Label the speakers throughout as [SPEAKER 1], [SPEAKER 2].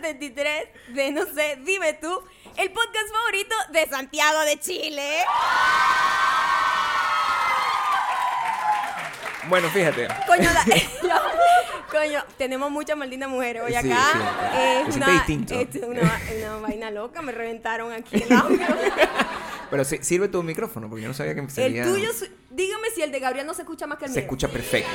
[SPEAKER 1] 23 de No sé, dime tú, el podcast favorito de Santiago de Chile.
[SPEAKER 2] Bueno, fíjate.
[SPEAKER 1] Coño, la- no, coño, tenemos muchas malditas mujeres hoy
[SPEAKER 2] Sí,
[SPEAKER 1] acá.
[SPEAKER 2] sí, claro. Se
[SPEAKER 1] Es,
[SPEAKER 2] siente
[SPEAKER 1] una,
[SPEAKER 2] distinto.
[SPEAKER 1] es una, una vaina loca, me reventaron aquí el audio.
[SPEAKER 2] Pero sí, sirve tu micrófono, porque yo no sabía que me
[SPEAKER 1] El
[SPEAKER 2] servía.
[SPEAKER 1] tuyo, su- dígame si el de Gabriel no se escucha más que el
[SPEAKER 2] se
[SPEAKER 1] mío.
[SPEAKER 2] escucha perfecto.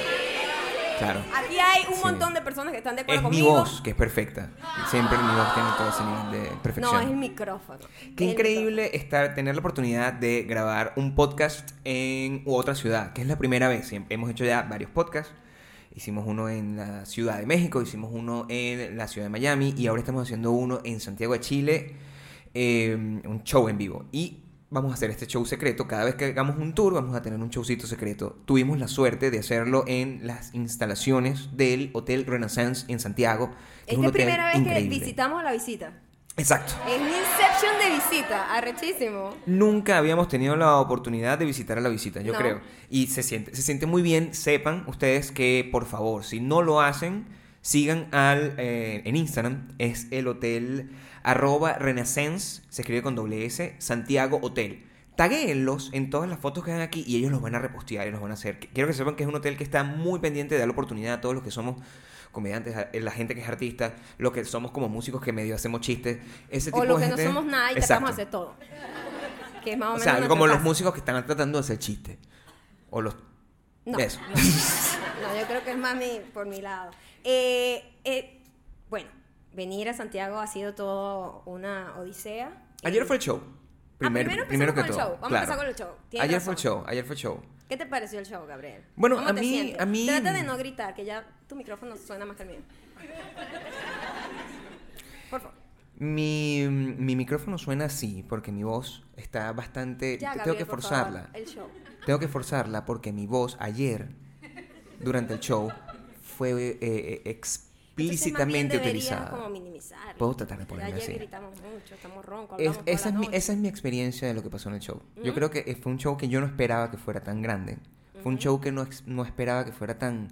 [SPEAKER 2] Claro.
[SPEAKER 1] Aquí hay un
[SPEAKER 2] Sí.
[SPEAKER 1] montón de personas que están de acuerdo
[SPEAKER 2] Es mi
[SPEAKER 1] Ah, conmigo.
[SPEAKER 2] voz, que es perfecta. Siempre mi voz tiene todo ese nivel de perfección.
[SPEAKER 1] No, es el micrófono.
[SPEAKER 2] Qué
[SPEAKER 1] El
[SPEAKER 2] increíble estar, tener la oportunidad de grabar un podcast en otra ciudad, que es la primera vez. Siem- Hemos hecho ya varios podcasts. Hicimos uno en la Ciudad de México, hicimos uno en la Ciudad de Miami y ahora estamos haciendo uno en Santiago de Chile, eh, un show en vivo. Y vamos a hacer este show secreto. Cada vez que hagamos un tour vamos a tener un showcito secreto. Tuvimos la suerte de hacerlo en las instalaciones del Hotel Renaissance en Santiago. que
[SPEAKER 1] Es
[SPEAKER 2] un
[SPEAKER 1] la
[SPEAKER 2] hotel
[SPEAKER 1] primera vez
[SPEAKER 2] increíble.
[SPEAKER 1] que visitamos la visita.
[SPEAKER 2] Exacto.
[SPEAKER 1] Es mi inception de visita, arrechísimo.
[SPEAKER 2] Nunca habíamos tenido la oportunidad de visitar a la visita, yo
[SPEAKER 1] No.
[SPEAKER 2] creo. Y se siente, se siente muy bien. Sepan ustedes que, por favor, si no lo hacen, sigan al eh, en Instagram. Es el hotel arroba renaissance, se escribe con doble S, Santiago Hotel. Taguéenlos en todas las fotos que hagan aquí y ellos los van a repostear y los van a hacer. Quiero que sepan que es un hotel que está muy pendiente de dar la oportunidad a todos los que somos comediantes, a- la gente que es artista, los que somos como músicos que medio hacemos chistes, ese este tipo
[SPEAKER 1] O lo
[SPEAKER 2] de
[SPEAKER 1] que no
[SPEAKER 2] gente-
[SPEAKER 1] somos nada y
[SPEAKER 2] Exacto.
[SPEAKER 1] tratamos de hacer todo. Que es más o,
[SPEAKER 2] O
[SPEAKER 1] menos.
[SPEAKER 2] sea,
[SPEAKER 1] nuestro
[SPEAKER 2] como los
[SPEAKER 1] caso.
[SPEAKER 2] músicos que están tratando de hacer chistes. O los...
[SPEAKER 1] No,
[SPEAKER 2] Eso.
[SPEAKER 1] no. No, yo creo que es más mi- por mi lado. Eh, eh, bueno, venir a Santiago ha sido todo una odisea. Eh,
[SPEAKER 2] Ayer fue el show.
[SPEAKER 1] Ah,
[SPEAKER 2] Primero,
[SPEAKER 1] primero empezamos
[SPEAKER 2] primero que
[SPEAKER 1] con el
[SPEAKER 2] todo.
[SPEAKER 1] show. Vamos a empezar con el show. Tienes
[SPEAKER 2] Ayer
[SPEAKER 1] razón.
[SPEAKER 2] fue el show, ayer fue el show.
[SPEAKER 1] ¿Qué te pareció el show, Gabriel?
[SPEAKER 2] Bueno,
[SPEAKER 1] ¿Cómo
[SPEAKER 2] a
[SPEAKER 1] te
[SPEAKER 2] mí-
[SPEAKER 1] sientes?
[SPEAKER 2] a mí-
[SPEAKER 1] Trata de no gritar, que ya tu micrófono suena más que el mío. Por favor.
[SPEAKER 2] Mi, mi micrófono suena así porque mi voz está bastante...
[SPEAKER 1] Ya,
[SPEAKER 2] Eh, tengo
[SPEAKER 1] Gabriel,
[SPEAKER 2] que
[SPEAKER 1] por
[SPEAKER 2] forzarla.
[SPEAKER 1] favor, el show.
[SPEAKER 2] Tengo que forzarla porque mi voz ayer, durante el show, fue eh, eh,
[SPEAKER 1] Entonces, más bien
[SPEAKER 2] explícitamente
[SPEAKER 1] deberías
[SPEAKER 2] utilizada.
[SPEAKER 1] como minimizarlo.
[SPEAKER 2] Puedo tratar de ponerme
[SPEAKER 1] Ayer
[SPEAKER 2] así.
[SPEAKER 1] gritamos mucho, estamos roncos,
[SPEAKER 2] Es-
[SPEAKER 1] hablamos toda
[SPEAKER 2] esa, es
[SPEAKER 1] la
[SPEAKER 2] mi,
[SPEAKER 1] noche.
[SPEAKER 2] esa es mi experiencia de lo que pasó en el show. Yo creo que eh, fue un show que yo no esperaba que fuera tan grande. Fue un show que no, ex- no esperaba que fuera tan,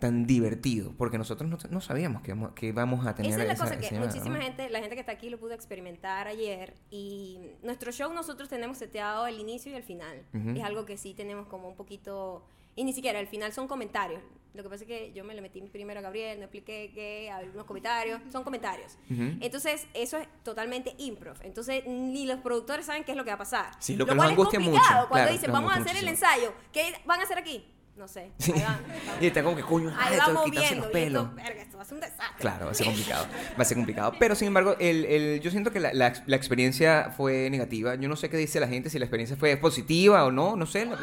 [SPEAKER 2] tan divertido, porque nosotros no, no sabíamos que vamos, que íbamos a tener
[SPEAKER 1] Esa es la
[SPEAKER 2] esa-
[SPEAKER 1] cosa que
[SPEAKER 2] esa llamada,
[SPEAKER 1] muchísima
[SPEAKER 2] ¿no?
[SPEAKER 1] gente, la gente que está aquí lo pudo experimentar ayer y nuestro show nosotros tenemos seteado el inicio y el final.
[SPEAKER 2] Ujú.
[SPEAKER 1] Es algo que sí tenemos como un poquito y ni siquiera el final son comentarios. Lo que pasa es que yo me le metí primero a Gabriel, no expliqué que algunos comentarios, son comentarios.
[SPEAKER 2] Ujú.
[SPEAKER 1] Entonces, eso es totalmente improv. Entonces, ni los productores saben qué es lo que va a pasar.
[SPEAKER 2] Sí, lo que nos
[SPEAKER 1] cual
[SPEAKER 2] angustia
[SPEAKER 1] es
[SPEAKER 2] mucho,
[SPEAKER 1] complicado cuando
[SPEAKER 2] claro,
[SPEAKER 1] dicen,
[SPEAKER 2] nos
[SPEAKER 1] "Vamos a hacer
[SPEAKER 2] angustia
[SPEAKER 1] el ensayo." ¿Qué van a hacer aquí? No sé.
[SPEAKER 2] Sí.
[SPEAKER 1] Ahí van.
[SPEAKER 2] y está como que coño,
[SPEAKER 1] Ahí
[SPEAKER 2] esto,
[SPEAKER 1] vamos
[SPEAKER 2] quitarse
[SPEAKER 1] viendo.
[SPEAKER 2] los
[SPEAKER 1] y esto,
[SPEAKER 2] pelos.
[SPEAKER 1] verga, esto va a ser un desastre.
[SPEAKER 2] Claro, va a ser complicado. Va a ser complicado. Pero sin embargo, el, el- yo siento que la, la, la experiencia fue negativa. Yo no sé qué dice la gente, si la experiencia fue positiva o no, no sé. La-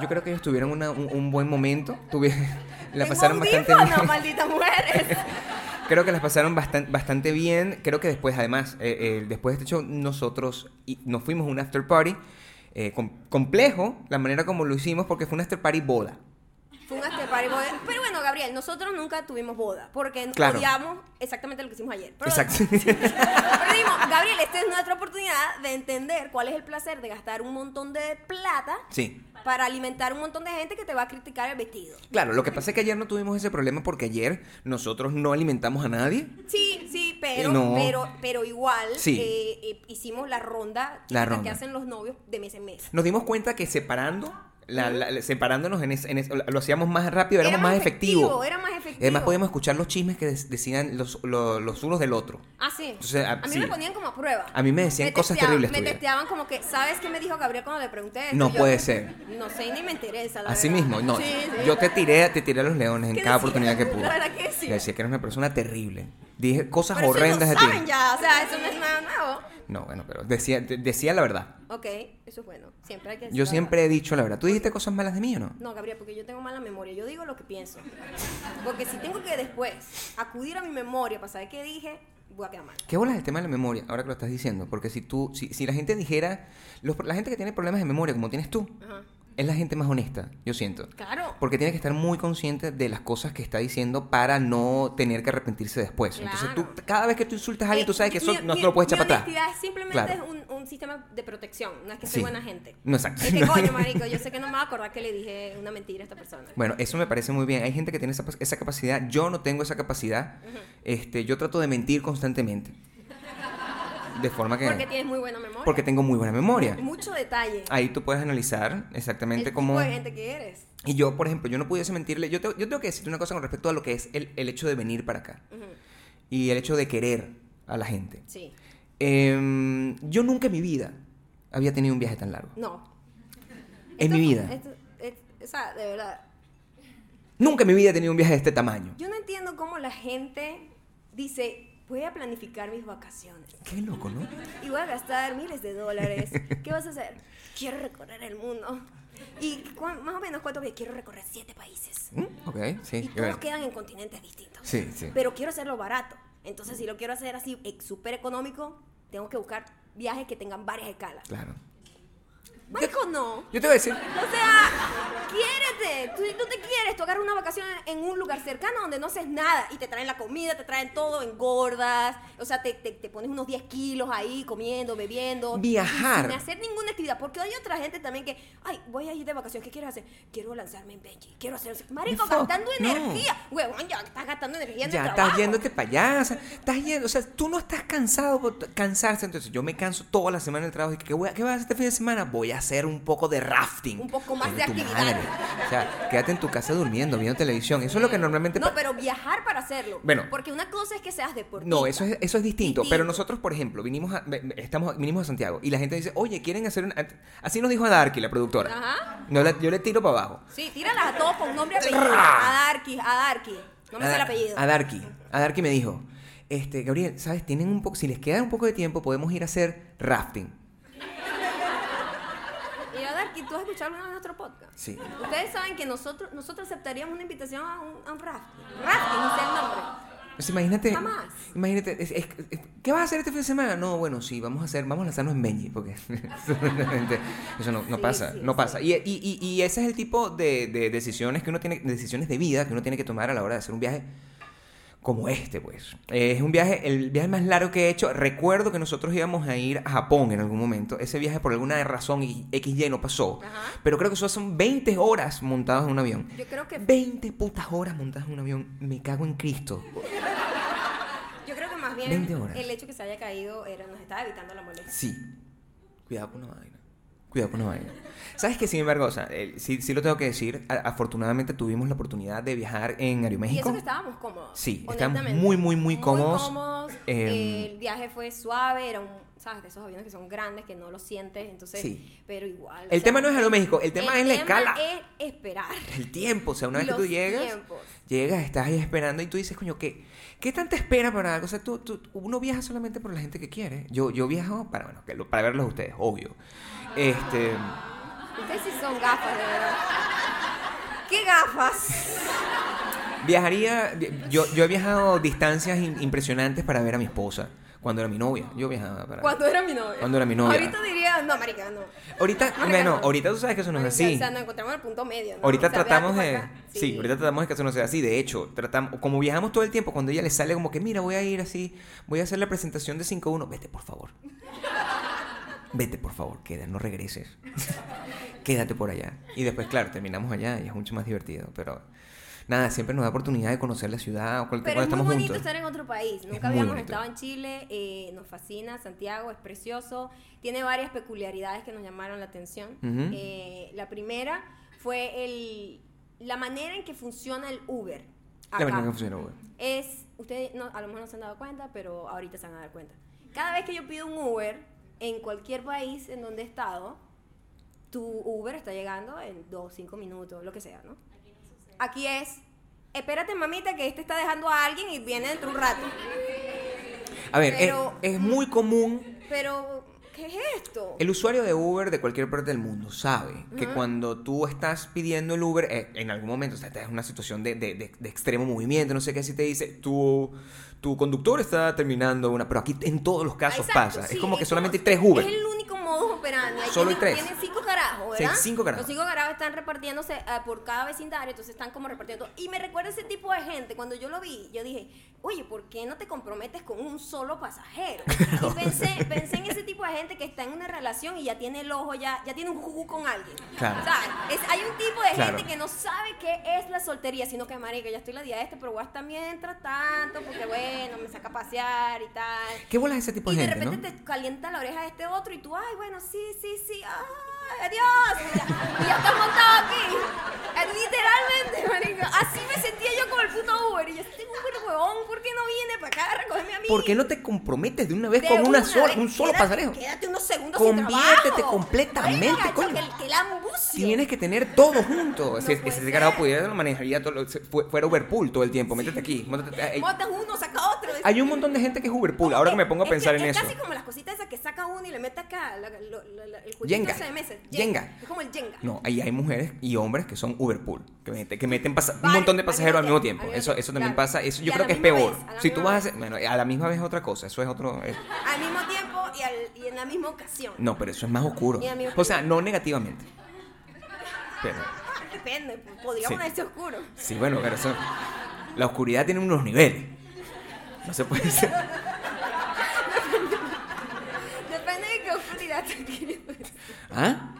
[SPEAKER 2] Yo creo que ellos tuvieron una- un, un buen momento. Tuvi- la
[SPEAKER 1] Tengo
[SPEAKER 2] pasaron
[SPEAKER 1] un
[SPEAKER 2] bastante
[SPEAKER 1] bífono,
[SPEAKER 2] bien.
[SPEAKER 1] maldita mujeres.
[SPEAKER 2] Creo que las pasaron bastan- bastante bien. Creo que después, además, eh, eh, después de este show, nosotros y- nos fuimos a un after party. eh, com- complejo la manera como lo hicimos porque fue un after party boda.
[SPEAKER 1] Fue un after party boda. Pero bueno, Gabriel, nosotros nunca tuvimos boda porque
[SPEAKER 2] Claro.
[SPEAKER 1] odiamos exactamente lo que hicimos ayer. Pero-
[SPEAKER 2] Exacto.
[SPEAKER 1] Pero dijimos, Gabriel, esta es nuestra oportunidad de entender cuál es el placer de gastar un montón de plata
[SPEAKER 2] sí.
[SPEAKER 1] para alimentar un montón de gente que te va a criticar el vestido.
[SPEAKER 2] Claro, lo que pasa es que ayer no tuvimos ese problema porque ayer nosotros no alimentamos a nadie.
[SPEAKER 1] Sí, sí, pero,
[SPEAKER 2] Eh, no.
[SPEAKER 1] pero, pero igual
[SPEAKER 2] Sí.
[SPEAKER 1] eh, eh, hicimos la ronda,
[SPEAKER 2] La
[SPEAKER 1] típica que
[SPEAKER 2] ronda.
[SPEAKER 1] hacen los novios de mes en mes.
[SPEAKER 2] Nos dimos cuenta que separando, la- la- la- separándonos en, es- en es- lo hacíamos más rápido, éramos
[SPEAKER 1] Era
[SPEAKER 2] más
[SPEAKER 1] más
[SPEAKER 2] efectivos.
[SPEAKER 1] efectivo, era más efectivo.
[SPEAKER 2] Además podíamos escuchar los chismes que des- decían los, lo- los unos del otro.
[SPEAKER 1] Ah, sí.
[SPEAKER 2] Entonces, a-
[SPEAKER 1] a, mí
[SPEAKER 2] sí.
[SPEAKER 1] me ponían como a prueba.
[SPEAKER 2] A mí me decían cosas
[SPEAKER 1] testeaban-
[SPEAKER 2] terribles
[SPEAKER 1] Me
[SPEAKER 2] tuyas.
[SPEAKER 1] testeaban como que, ¿sabes qué me dijo Gabriel cuando le pregunté? esto?"
[SPEAKER 2] No
[SPEAKER 1] Y
[SPEAKER 2] puede ser.
[SPEAKER 1] No sé, ni me interesa. La
[SPEAKER 2] Así
[SPEAKER 1] verdad.
[SPEAKER 2] mismo, no.
[SPEAKER 1] Sí, sí.
[SPEAKER 2] Yo te tiré, te tiré a los leones en
[SPEAKER 1] ¿Qué
[SPEAKER 2] cada
[SPEAKER 1] decía?
[SPEAKER 2] oportunidad que pude.
[SPEAKER 1] La verdad, ¿qué decía?
[SPEAKER 2] Le decía que eres una persona terrible. Dije cosas
[SPEAKER 1] Pero eso
[SPEAKER 2] horrendas
[SPEAKER 1] lo
[SPEAKER 2] de ti.
[SPEAKER 1] saben ya, o sea, eso no es nada nuevo.
[SPEAKER 2] No, bueno, pero decía, de- decía la verdad.
[SPEAKER 1] Ok, eso es bueno. Siempre hay que decir
[SPEAKER 2] Yo
[SPEAKER 1] la
[SPEAKER 2] siempre he dicho la verdad. ¿Tú dijiste cosas malas de mí o no?
[SPEAKER 1] verdad. No, Gabriel, porque yo tengo mala memoria. Yo digo lo que pienso. Porque si tengo que después acudir a mi memoria para saber qué dije, voy a quedar mal.
[SPEAKER 2] ¿Qué bolas el tema de la memoria? Ahora que lo estás diciendo. Porque si tú, si, si la gente dijera, los- la gente que tiene problemas de memoria como tienes tú, es la gente más honesta, yo siento.
[SPEAKER 1] Claro.
[SPEAKER 2] Porque tiene que estar muy consciente de las cosas que está diciendo para no tener que arrepentirse después. Entonces tú,
[SPEAKER 1] Claro.
[SPEAKER 2] cada vez que tú insultas a alguien, tú sabes que
[SPEAKER 1] Eh,
[SPEAKER 2] eso
[SPEAKER 1] mi-
[SPEAKER 2] no
[SPEAKER 1] mi-
[SPEAKER 2] te lo puedes echar
[SPEAKER 1] mi
[SPEAKER 2] para atrás.
[SPEAKER 1] honestidad es simplemente
[SPEAKER 2] Claro.
[SPEAKER 1] es un, un sistema de protección, no es que soy
[SPEAKER 2] Sí.
[SPEAKER 1] buena gente.
[SPEAKER 2] No, exacto.
[SPEAKER 1] Es que coño, marico, yo sé que no me va a acordar que le dije una mentira a esta persona.
[SPEAKER 2] Bueno, eso me parece muy bien. Hay gente que tiene esa, esa capacidad. Yo no tengo esa capacidad. Este, yo trato de mentir constantemente. De forma que...
[SPEAKER 1] Porque tienes muy buena memoria.
[SPEAKER 2] porque tengo muy buena memoria.
[SPEAKER 1] mucho detalle.
[SPEAKER 2] Ahí tú puedes analizar exactamente
[SPEAKER 1] el
[SPEAKER 2] cómo...
[SPEAKER 1] tipo de gente que eres.
[SPEAKER 2] Y yo, por ejemplo, yo no pudiese mentirle. Yo, te- yo tengo que decirte una cosa con respecto a lo que es el, el hecho de venir para acá. Y el hecho de querer a la gente.
[SPEAKER 1] Sí.
[SPEAKER 2] Em, yo nunca en mi vida había tenido un viaje tan largo.
[SPEAKER 1] No.
[SPEAKER 2] En mi vida.
[SPEAKER 1] esto- es- o sea, de verdad.
[SPEAKER 2] Nunca en mi vida he tenido un viaje de este tamaño.
[SPEAKER 1] Yo no entiendo cómo la gente dice, voy a planificar mis vacaciones
[SPEAKER 2] Qué loco, ¿no?
[SPEAKER 1] y voy a gastar miles de dólares. ¿Qué vas a hacer? Quiero recorrer el mundo. Y cuán- más o menos cuánto que quiero recorrer siete países.
[SPEAKER 2] Mm, Ok,
[SPEAKER 1] Y
[SPEAKER 2] sí. yo-
[SPEAKER 1] todos quedan en continentes distintos.
[SPEAKER 2] Sí, sí.
[SPEAKER 1] Pero quiero hacerlo barato. Entonces, si lo quiero hacer así, eh, súper económico, tengo que buscar viajes que tengan varias escalas.
[SPEAKER 2] Claro.
[SPEAKER 1] Marico, no.
[SPEAKER 2] Yo te voy a decir,
[SPEAKER 1] O sea, quiérete. Tú, tú te quieres. Tú agarras una vacación en un lugar cercano donde no haces nada. Y te traen la comida, te traen todo, engordas. O sea, te, te- te pones unos 10 kilos ahí comiendo, bebiendo.
[SPEAKER 2] Viajar.
[SPEAKER 1] Sin hacer ninguna actividad. Porque hay otra gente también que, ay, voy a ir de vacaciones. ¿Qué quieres hacer? Quiero lanzarme en Benji. Quiero hacer. Marico,
[SPEAKER 2] The fuck,
[SPEAKER 1] gastando
[SPEAKER 2] no.
[SPEAKER 1] energía. Huevón, ya estás gastando energía en el
[SPEAKER 2] ya estás
[SPEAKER 1] trabajo.
[SPEAKER 2] yéndote para allá, o sea, estás yendo, o sea, tú no estás cansado por t- cansarse, entonces yo me canso toda la semana del trabajo, y que, ¿qué, voy a, ¿qué voy a hacer este fin de semana? Voy a hacer un poco de rafting.
[SPEAKER 1] Un poco más
[SPEAKER 2] Coño,
[SPEAKER 1] de
[SPEAKER 2] tu
[SPEAKER 1] actividad.
[SPEAKER 2] madre. O sea, quédate en tu casa durmiendo, viendo televisión, eso es lo que normalmente...
[SPEAKER 1] No,
[SPEAKER 2] pa-
[SPEAKER 1] pero viajar para hacerlo.
[SPEAKER 2] Bueno.
[SPEAKER 1] Porque una cosa es que seas deportista.
[SPEAKER 2] No, eso es, eso es distinto.
[SPEAKER 1] Distinto.
[SPEAKER 2] Pero nosotros, por ejemplo, vinimos a, ve- ve- estamos, vinimos a Santiago y la gente dice, oye, quieren hacer una... Así nos dijo a Darky, la productora.
[SPEAKER 1] Ajá.
[SPEAKER 2] No, la- yo le tiro para abajo.
[SPEAKER 1] Sí, tíralas a todos con nombre y apellido.
[SPEAKER 2] Ra.
[SPEAKER 1] Adarki, Adarki. No me sé el apellido.
[SPEAKER 2] A Darky. A Darky me dijo, este, Gabriel, ¿sabes? Tienen un poco, si les queda un poco de tiempo, podemos ir a hacer rafting.
[SPEAKER 1] Y Adarki, ¿tú has escuchado alguna vez nuestro podcast?
[SPEAKER 2] Sí.
[SPEAKER 1] Ustedes saben que nosotros, nosotros aceptaríamos una invitación a un, a un raft. Rafting, no sé el nombre.
[SPEAKER 2] Pues imagínate,
[SPEAKER 1] Jamás.
[SPEAKER 2] imagínate, es- es- es- ¿qué vas a hacer este fin de semana? No, bueno, sí, vamos a hacer, vamos a lanzarnos en Benji, porque eso no, no
[SPEAKER 1] Sí,
[SPEAKER 2] pasa,
[SPEAKER 1] sí,
[SPEAKER 2] no
[SPEAKER 1] sí.
[SPEAKER 2] pasa. Y, y- y- y ese es el tipo de, de decisiones que uno tiene, de decisiones de vida que uno tiene que tomar a la hora de hacer un viaje como este, pues. Eh, es un viaje, el viaje más largo que he hecho. Recuerdo que nosotros íbamos a ir a Japón en algún momento. Ese viaje por alguna razón y XY no pasó.
[SPEAKER 1] Ajá.
[SPEAKER 2] Pero creo que eso son 20 horas montadas en un avión.
[SPEAKER 1] Yo creo que-
[SPEAKER 2] 20 putas horas montadas en un avión. Me cago en Cristo.
[SPEAKER 1] Yo creo que más
[SPEAKER 2] 20 horas.
[SPEAKER 1] bien el hecho que se haya caído era, nos estaba evitando la molestia.
[SPEAKER 2] Sí. Cuidado con la vaina. Cuidado con la vaina. ¿Sabes que Sin embargo, o sea, el- sí, sí lo tengo que decir. a- afortunadamente tuvimos la oportunidad de viajar en
[SPEAKER 1] Y
[SPEAKER 2] Aeroméxico.
[SPEAKER 1] eso que estábamos cómodos.
[SPEAKER 2] Sí, estábamos
[SPEAKER 1] honestamente.
[SPEAKER 2] muy, muy, muy cómodos.
[SPEAKER 1] cómodos,
[SPEAKER 2] Eh,
[SPEAKER 1] el viaje fue suave, era un, sabes, de esos aviones que son grandes, que no lo sientes, entonces,
[SPEAKER 2] Sí.
[SPEAKER 1] pero igual. o
[SPEAKER 2] El
[SPEAKER 1] sea,
[SPEAKER 2] tema no es Aeroméxico, el tema es la escala.
[SPEAKER 1] es esperar.
[SPEAKER 2] El tiempo, o sea, una vez que tú
[SPEAKER 1] Los
[SPEAKER 2] llegas,
[SPEAKER 1] tiempos.
[SPEAKER 2] llegas, estás ahí esperando y tú dices, coño, ¿qué, qué tanta espera para algo? O sea, tú, tú- uno viaja solamente por la gente que quiere. Yo, yo viajo para, bueno, que lo- para verlos a ustedes, obvio. Este,
[SPEAKER 1] Ustedes sí son gafas, de verdad. ¿Qué gafas?
[SPEAKER 2] viajaría, vi- yo, yo he viajado distancias im- impresionantes para ver a mi esposa, cuando era mi novia. Yo viajaba para...
[SPEAKER 1] Cuando era mi novia.
[SPEAKER 2] Cuando era mi novia.
[SPEAKER 1] Ahorita diría, no, marica, no.
[SPEAKER 2] Ahorita,
[SPEAKER 1] Marica,
[SPEAKER 2] bueno,
[SPEAKER 1] no.
[SPEAKER 2] ahorita tú sabes que eso no es
[SPEAKER 1] Marica,
[SPEAKER 2] así.
[SPEAKER 1] O sea, nos encontramos en el punto medio. ¿no?
[SPEAKER 2] Ahorita
[SPEAKER 1] O sea,
[SPEAKER 2] tratamos
[SPEAKER 1] véate
[SPEAKER 2] de.
[SPEAKER 1] para acá.
[SPEAKER 2] Sí. ahorita tratamos de que eso no sea así. De hecho, tratamos, como viajamos todo el tiempo, cuando ella le sale como que, mira, voy a ir así, voy a hacer la presentación de 5-1, vete, por favor. Vete, por favor, queda, no regreses. Quédate por allá. Y después, claro, terminamos allá y es mucho más divertido. Pero nada, siempre nos da oportunidad de conocer la ciudad o cualquier
[SPEAKER 1] Pero es muy
[SPEAKER 2] cuando
[SPEAKER 1] bonito
[SPEAKER 2] estamos juntos.
[SPEAKER 1] estar en otro país. Nunca
[SPEAKER 2] muy
[SPEAKER 1] habíamos
[SPEAKER 2] bonito.
[SPEAKER 1] estado en Chile. eh, nos fascina. Santiago es precioso. Tiene varias peculiaridades que nos llamaron la atención.
[SPEAKER 2] Ujú.
[SPEAKER 1] Eh, la primera fue el, la manera en que funciona el Uber.
[SPEAKER 2] La verdad
[SPEAKER 1] acá.
[SPEAKER 2] que funciona, güey.
[SPEAKER 1] es, ustedes no, a lo mejor no se han dado cuenta, pero ahorita se van a dar cuenta. Cada vez que yo pido un Uber, en cualquier país en donde he estado, tu Uber está llegando en 2, 5 minutos, lo que sea, ¿no? Aquí es, espérate mamita que este está dejando a alguien y viene dentro un rato.
[SPEAKER 2] A ver, es-
[SPEAKER 1] Pero-
[SPEAKER 2] es muy común
[SPEAKER 1] Pero, ¿qué es esto?
[SPEAKER 2] El usuario de Uber de cualquier parte del mundo sabe que cuando tú estás pidiendo el Uber, eh, en algún momento, o sea, estás en una situación de, de- de- de extremo movimiento, no sé qué, si te dice, tu, tu conductor está terminando una, pero aquí en todos los
[SPEAKER 1] Ah,
[SPEAKER 2] casos
[SPEAKER 1] exacto,
[SPEAKER 2] pasa.
[SPEAKER 1] sí,
[SPEAKER 2] es como que
[SPEAKER 1] es
[SPEAKER 2] solamente hay tres Uber.
[SPEAKER 1] Es el único modo operando.
[SPEAKER 2] Solo hay tres.
[SPEAKER 1] Tienen cinco carajos. ¿verdad?
[SPEAKER 2] Seis- cinco carajos.
[SPEAKER 1] Los cinco carajos están repartiéndose eh, por cada vecindario, entonces están como repartiendo. Y me recuerda ese tipo de gente. Cuando yo lo vi, yo dije, oye, ¿por qué no te comprometes con un solo pasajero? Y pensé, pensé en ese tipo de gente que está en una relación y ya tiene el ojo, ya, ya tiene un jugo con alguien.
[SPEAKER 2] Claro.
[SPEAKER 1] O sea, es- hay un tipo de
[SPEAKER 2] Claro.
[SPEAKER 1] gente que no sabe qué es la soltería, sino que, marica, ya estoy la día de este, pero voy a estar mientras tanto, porque bueno, me saca a pasear y tal.
[SPEAKER 2] ¿Qué bolas ese tipo
[SPEAKER 1] Y
[SPEAKER 2] de
[SPEAKER 1] de
[SPEAKER 2] gente,
[SPEAKER 1] repente
[SPEAKER 2] no?
[SPEAKER 1] te calienta la oreja de este otro y tú, ay, bueno, sí, sí, sí, ay, adiós. Y ya, y ya estás montado aquí. Eh, Literalmente, marico. Así me sentía yo con el puto Uber. Y yo, este Uber, huevón, ¿por qué no viene para acá a recogerme a mí?
[SPEAKER 2] ¿Por qué no te comprometes de una vez
[SPEAKER 1] De
[SPEAKER 2] con una
[SPEAKER 1] vez,
[SPEAKER 2] sola, un solo
[SPEAKER 1] quédate-
[SPEAKER 2] pasarejo?
[SPEAKER 1] Quédate unos segundos
[SPEAKER 2] Conviértete
[SPEAKER 1] sin trabajo.
[SPEAKER 2] completamente,
[SPEAKER 1] Marica,
[SPEAKER 2] coño.
[SPEAKER 1] Que, que lambucio.
[SPEAKER 2] Tienes que tener todo junto. si
[SPEAKER 1] puede
[SPEAKER 2] si ese
[SPEAKER 1] ser.
[SPEAKER 2] carajo pudiera, lo manejaría todo, lo- se- fu- fuera Uberpool todo el tiempo. Métete aquí. móntate- hay,
[SPEAKER 1] Montas uno, saca otro.
[SPEAKER 2] hay un montón de gente que es Uberpool. Ahora que me pongo a
[SPEAKER 1] Es
[SPEAKER 2] pensar
[SPEAKER 1] que-
[SPEAKER 2] en
[SPEAKER 1] es
[SPEAKER 2] eso.
[SPEAKER 1] casi como las cositas esas que saca uno y le mete acá la- lo- la- la- el jueguito
[SPEAKER 2] Jenga.
[SPEAKER 1] ese de meses. Jenga.
[SPEAKER 2] Jenga.
[SPEAKER 1] Es como el Jenga.
[SPEAKER 2] No, ahí hay mujeres y hombres que son Uberpool, que, mete- que meten pasa- un
[SPEAKER 1] Vale,
[SPEAKER 2] montón de pasajeros al mismo tiempo.
[SPEAKER 1] al mismo
[SPEAKER 2] Eso,
[SPEAKER 1] tiempo,
[SPEAKER 2] eso también
[SPEAKER 1] claro.
[SPEAKER 2] pasa. Eso
[SPEAKER 1] Y
[SPEAKER 2] yo
[SPEAKER 1] a
[SPEAKER 2] creo
[SPEAKER 1] la
[SPEAKER 2] que es
[SPEAKER 1] misma
[SPEAKER 2] peor.
[SPEAKER 1] vez, a la
[SPEAKER 2] si tú
[SPEAKER 1] misma
[SPEAKER 2] vas a hacer,
[SPEAKER 1] vez.
[SPEAKER 2] bueno, a la misma vez es otra cosa. Eso es otro. es-
[SPEAKER 1] Al mismo tiempo y, al- y en la misma ocasión.
[SPEAKER 2] no, pero eso es más oscuro.
[SPEAKER 1] Y a mí-
[SPEAKER 2] O sea, no negativamente. Pero
[SPEAKER 1] Depende, pues, podría
[SPEAKER 2] Sí.
[SPEAKER 1] ponerse oscuro.
[SPEAKER 2] sí, bueno, pero eso, la oscuridad tiene unos niveles. No se puede decir.
[SPEAKER 1] Depende de qué oscuridad tú quieres.
[SPEAKER 2] ¿Ah?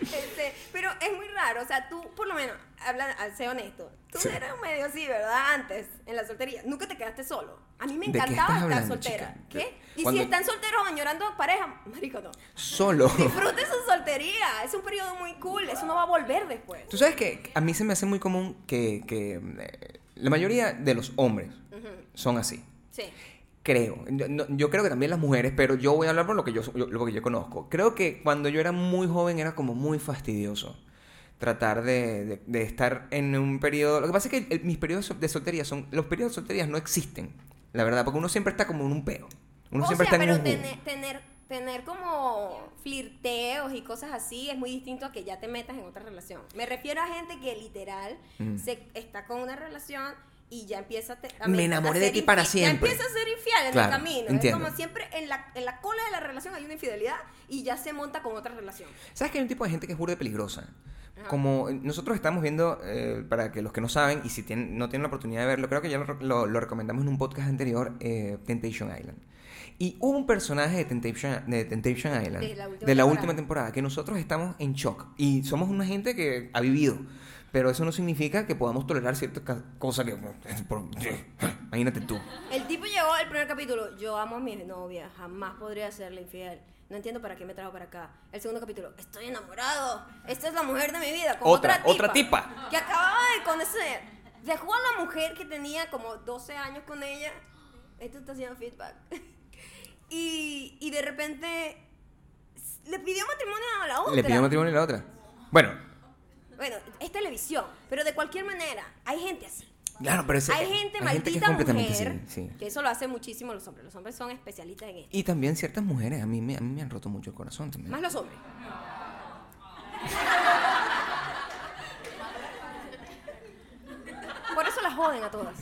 [SPEAKER 1] Este, pero es muy raro, o sea, tú, por lo menos, habla, ah, sé honesto, tú
[SPEAKER 2] Sí.
[SPEAKER 1] eras medio así, ¿verdad? Antes, en la soltería, nunca te quedaste solo. A mí me
[SPEAKER 2] ¿De qué
[SPEAKER 1] encantaba
[SPEAKER 2] estás
[SPEAKER 1] estar
[SPEAKER 2] hablando,
[SPEAKER 1] soltera.
[SPEAKER 2] chica?
[SPEAKER 1] ¿Qué? Y
[SPEAKER 2] Cuando-
[SPEAKER 1] si están solteros o añorando pareja, marico, no.
[SPEAKER 2] Solo.
[SPEAKER 1] Disfrute su soltería, es un periodo muy cool, eso no va a volver después.
[SPEAKER 2] Tú sabes que a mí se me hace muy común que, que, eh, la mayoría de los hombres son así.
[SPEAKER 1] Sí.
[SPEAKER 2] Creo. Yo, no- yo creo que también las mujeres, pero yo voy a hablar por lo que yo, yo- lo que yo conozco. Creo que cuando yo era muy joven era como muy fastidioso tratar de, de- de estar en un periodo... Lo que pasa es que el- mis periodos de soltería son... Los periodos de soltería no existen, la verdad, porque uno siempre está como en un peo. Uno
[SPEAKER 1] o
[SPEAKER 2] siempre
[SPEAKER 1] sea,
[SPEAKER 2] está en
[SPEAKER 1] pero
[SPEAKER 2] un jugo.
[SPEAKER 1] tener, tener, tener como flirteos y cosas así es muy distinto a que ya te metas en otra relación. Me refiero a gente que literal se está con una relación y ya empieza a, te- a
[SPEAKER 2] Me
[SPEAKER 1] met-
[SPEAKER 2] enamoré de
[SPEAKER 1] ser
[SPEAKER 2] ti para
[SPEAKER 1] infiel-
[SPEAKER 2] siempre.
[SPEAKER 1] Ya empieza a ser infiel en
[SPEAKER 2] Claro,
[SPEAKER 1] el camino.
[SPEAKER 2] entiendo.
[SPEAKER 1] Es como siempre en la, en la cola de la relación hay una infidelidad y ya se monta con otra relación.
[SPEAKER 2] ¿Sabes que hay un tipo de gente que es burda de peligrosa?
[SPEAKER 1] Ajá.
[SPEAKER 2] Como eh, nosotros estamos viendo, eh, para que los que no saben y si tienen, no tienen la oportunidad de verlo, creo que ya lo, lo- lo recomendamos en un podcast anterior, eh, Temptation Island. Y hubo un personaje de Temptation, de Temptation Island,
[SPEAKER 1] De la última
[SPEAKER 2] temporada.
[SPEAKER 1] temporada.
[SPEAKER 2] que nosotros estamos en shock. Y somos una gente que ha vivido. Pero eso no significa que podamos tolerar ciertas ca- cosas que... eh, por- imagínate tú.
[SPEAKER 1] El tipo llegó al primer capítulo, yo amo a mi novia, jamás podría serle infiel. No entiendo para qué me trajo para acá. El segundo capítulo, estoy enamorado. Esta es la mujer de mi vida. Con
[SPEAKER 2] Otra,
[SPEAKER 1] otra,
[SPEAKER 2] otra tipa.
[SPEAKER 1] Que acababa de conocer. Dejó a la mujer que tenía como 12 años con ella. Esto está haciendo feedback. Y, y de repente le pidió matrimonio a la otra.
[SPEAKER 2] Le pidió matrimonio a la otra. Bueno,
[SPEAKER 1] Bueno, es televisión, pero de cualquier manera, hay gente así.
[SPEAKER 2] claro, pero ese- eh,
[SPEAKER 1] hay gente
[SPEAKER 2] que es
[SPEAKER 1] maldita
[SPEAKER 2] completamente
[SPEAKER 1] mujer
[SPEAKER 2] sí, sí.
[SPEAKER 1] que eso lo hace muchísimo los hombres. Los hombres son especialistas en esto.
[SPEAKER 2] Y también ciertas mujeres, a mí me, a mí me han roto mucho el corazón también.
[SPEAKER 1] Más los hombres. Por eso las joden a todas.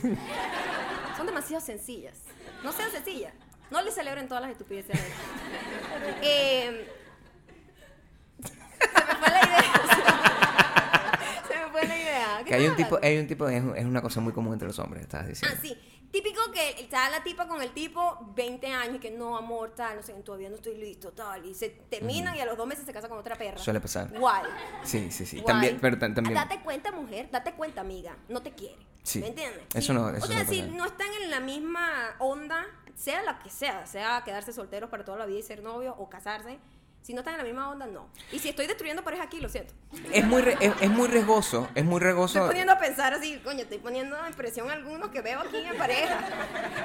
[SPEAKER 1] Son demasiado sencillas. No sean sencillas. No les celebren todas las estupideces. a ellas. Eh, se me fue la idea. Se me fue la idea. ¿Qué
[SPEAKER 2] Que hay un
[SPEAKER 1] estaba
[SPEAKER 2] tipo,
[SPEAKER 1] hablando?
[SPEAKER 2] hay un tipo, es, es una cosa muy común entre los hombres, estabas diciendo.
[SPEAKER 1] Ah, sí. Típico que está la tipa con el tipo 20 años y que no, amor, tal, no sé, todavía no estoy listo, tal. Y se terminan y a los dos meses se casa con otra perra.
[SPEAKER 2] Suele pasar.
[SPEAKER 1] Guay.
[SPEAKER 2] Sí, sí, sí.
[SPEAKER 1] Guay. Ah,
[SPEAKER 2] También, pero tan- también.
[SPEAKER 1] Date cuenta, mujer, date cuenta, amiga. No te quiere.
[SPEAKER 2] Sí.
[SPEAKER 1] ¿Me entiendes?
[SPEAKER 2] Eso no- eso
[SPEAKER 1] o sea,
[SPEAKER 2] no
[SPEAKER 1] si
[SPEAKER 2] pasa.
[SPEAKER 1] no están en la misma onda, sea la que sea, sea quedarse solteros para toda la vida y ser novios o casarse, si no están en la misma onda, no. Y si estoy destruyendo pareja aquí, lo siento.
[SPEAKER 2] Es muy, re- es, es muy riesgoso, es muy
[SPEAKER 1] Estoy
[SPEAKER 2] riesgoso.
[SPEAKER 1] poniendo a pensar así, coño, estoy poniendo en presión a algunos que veo aquí en pareja.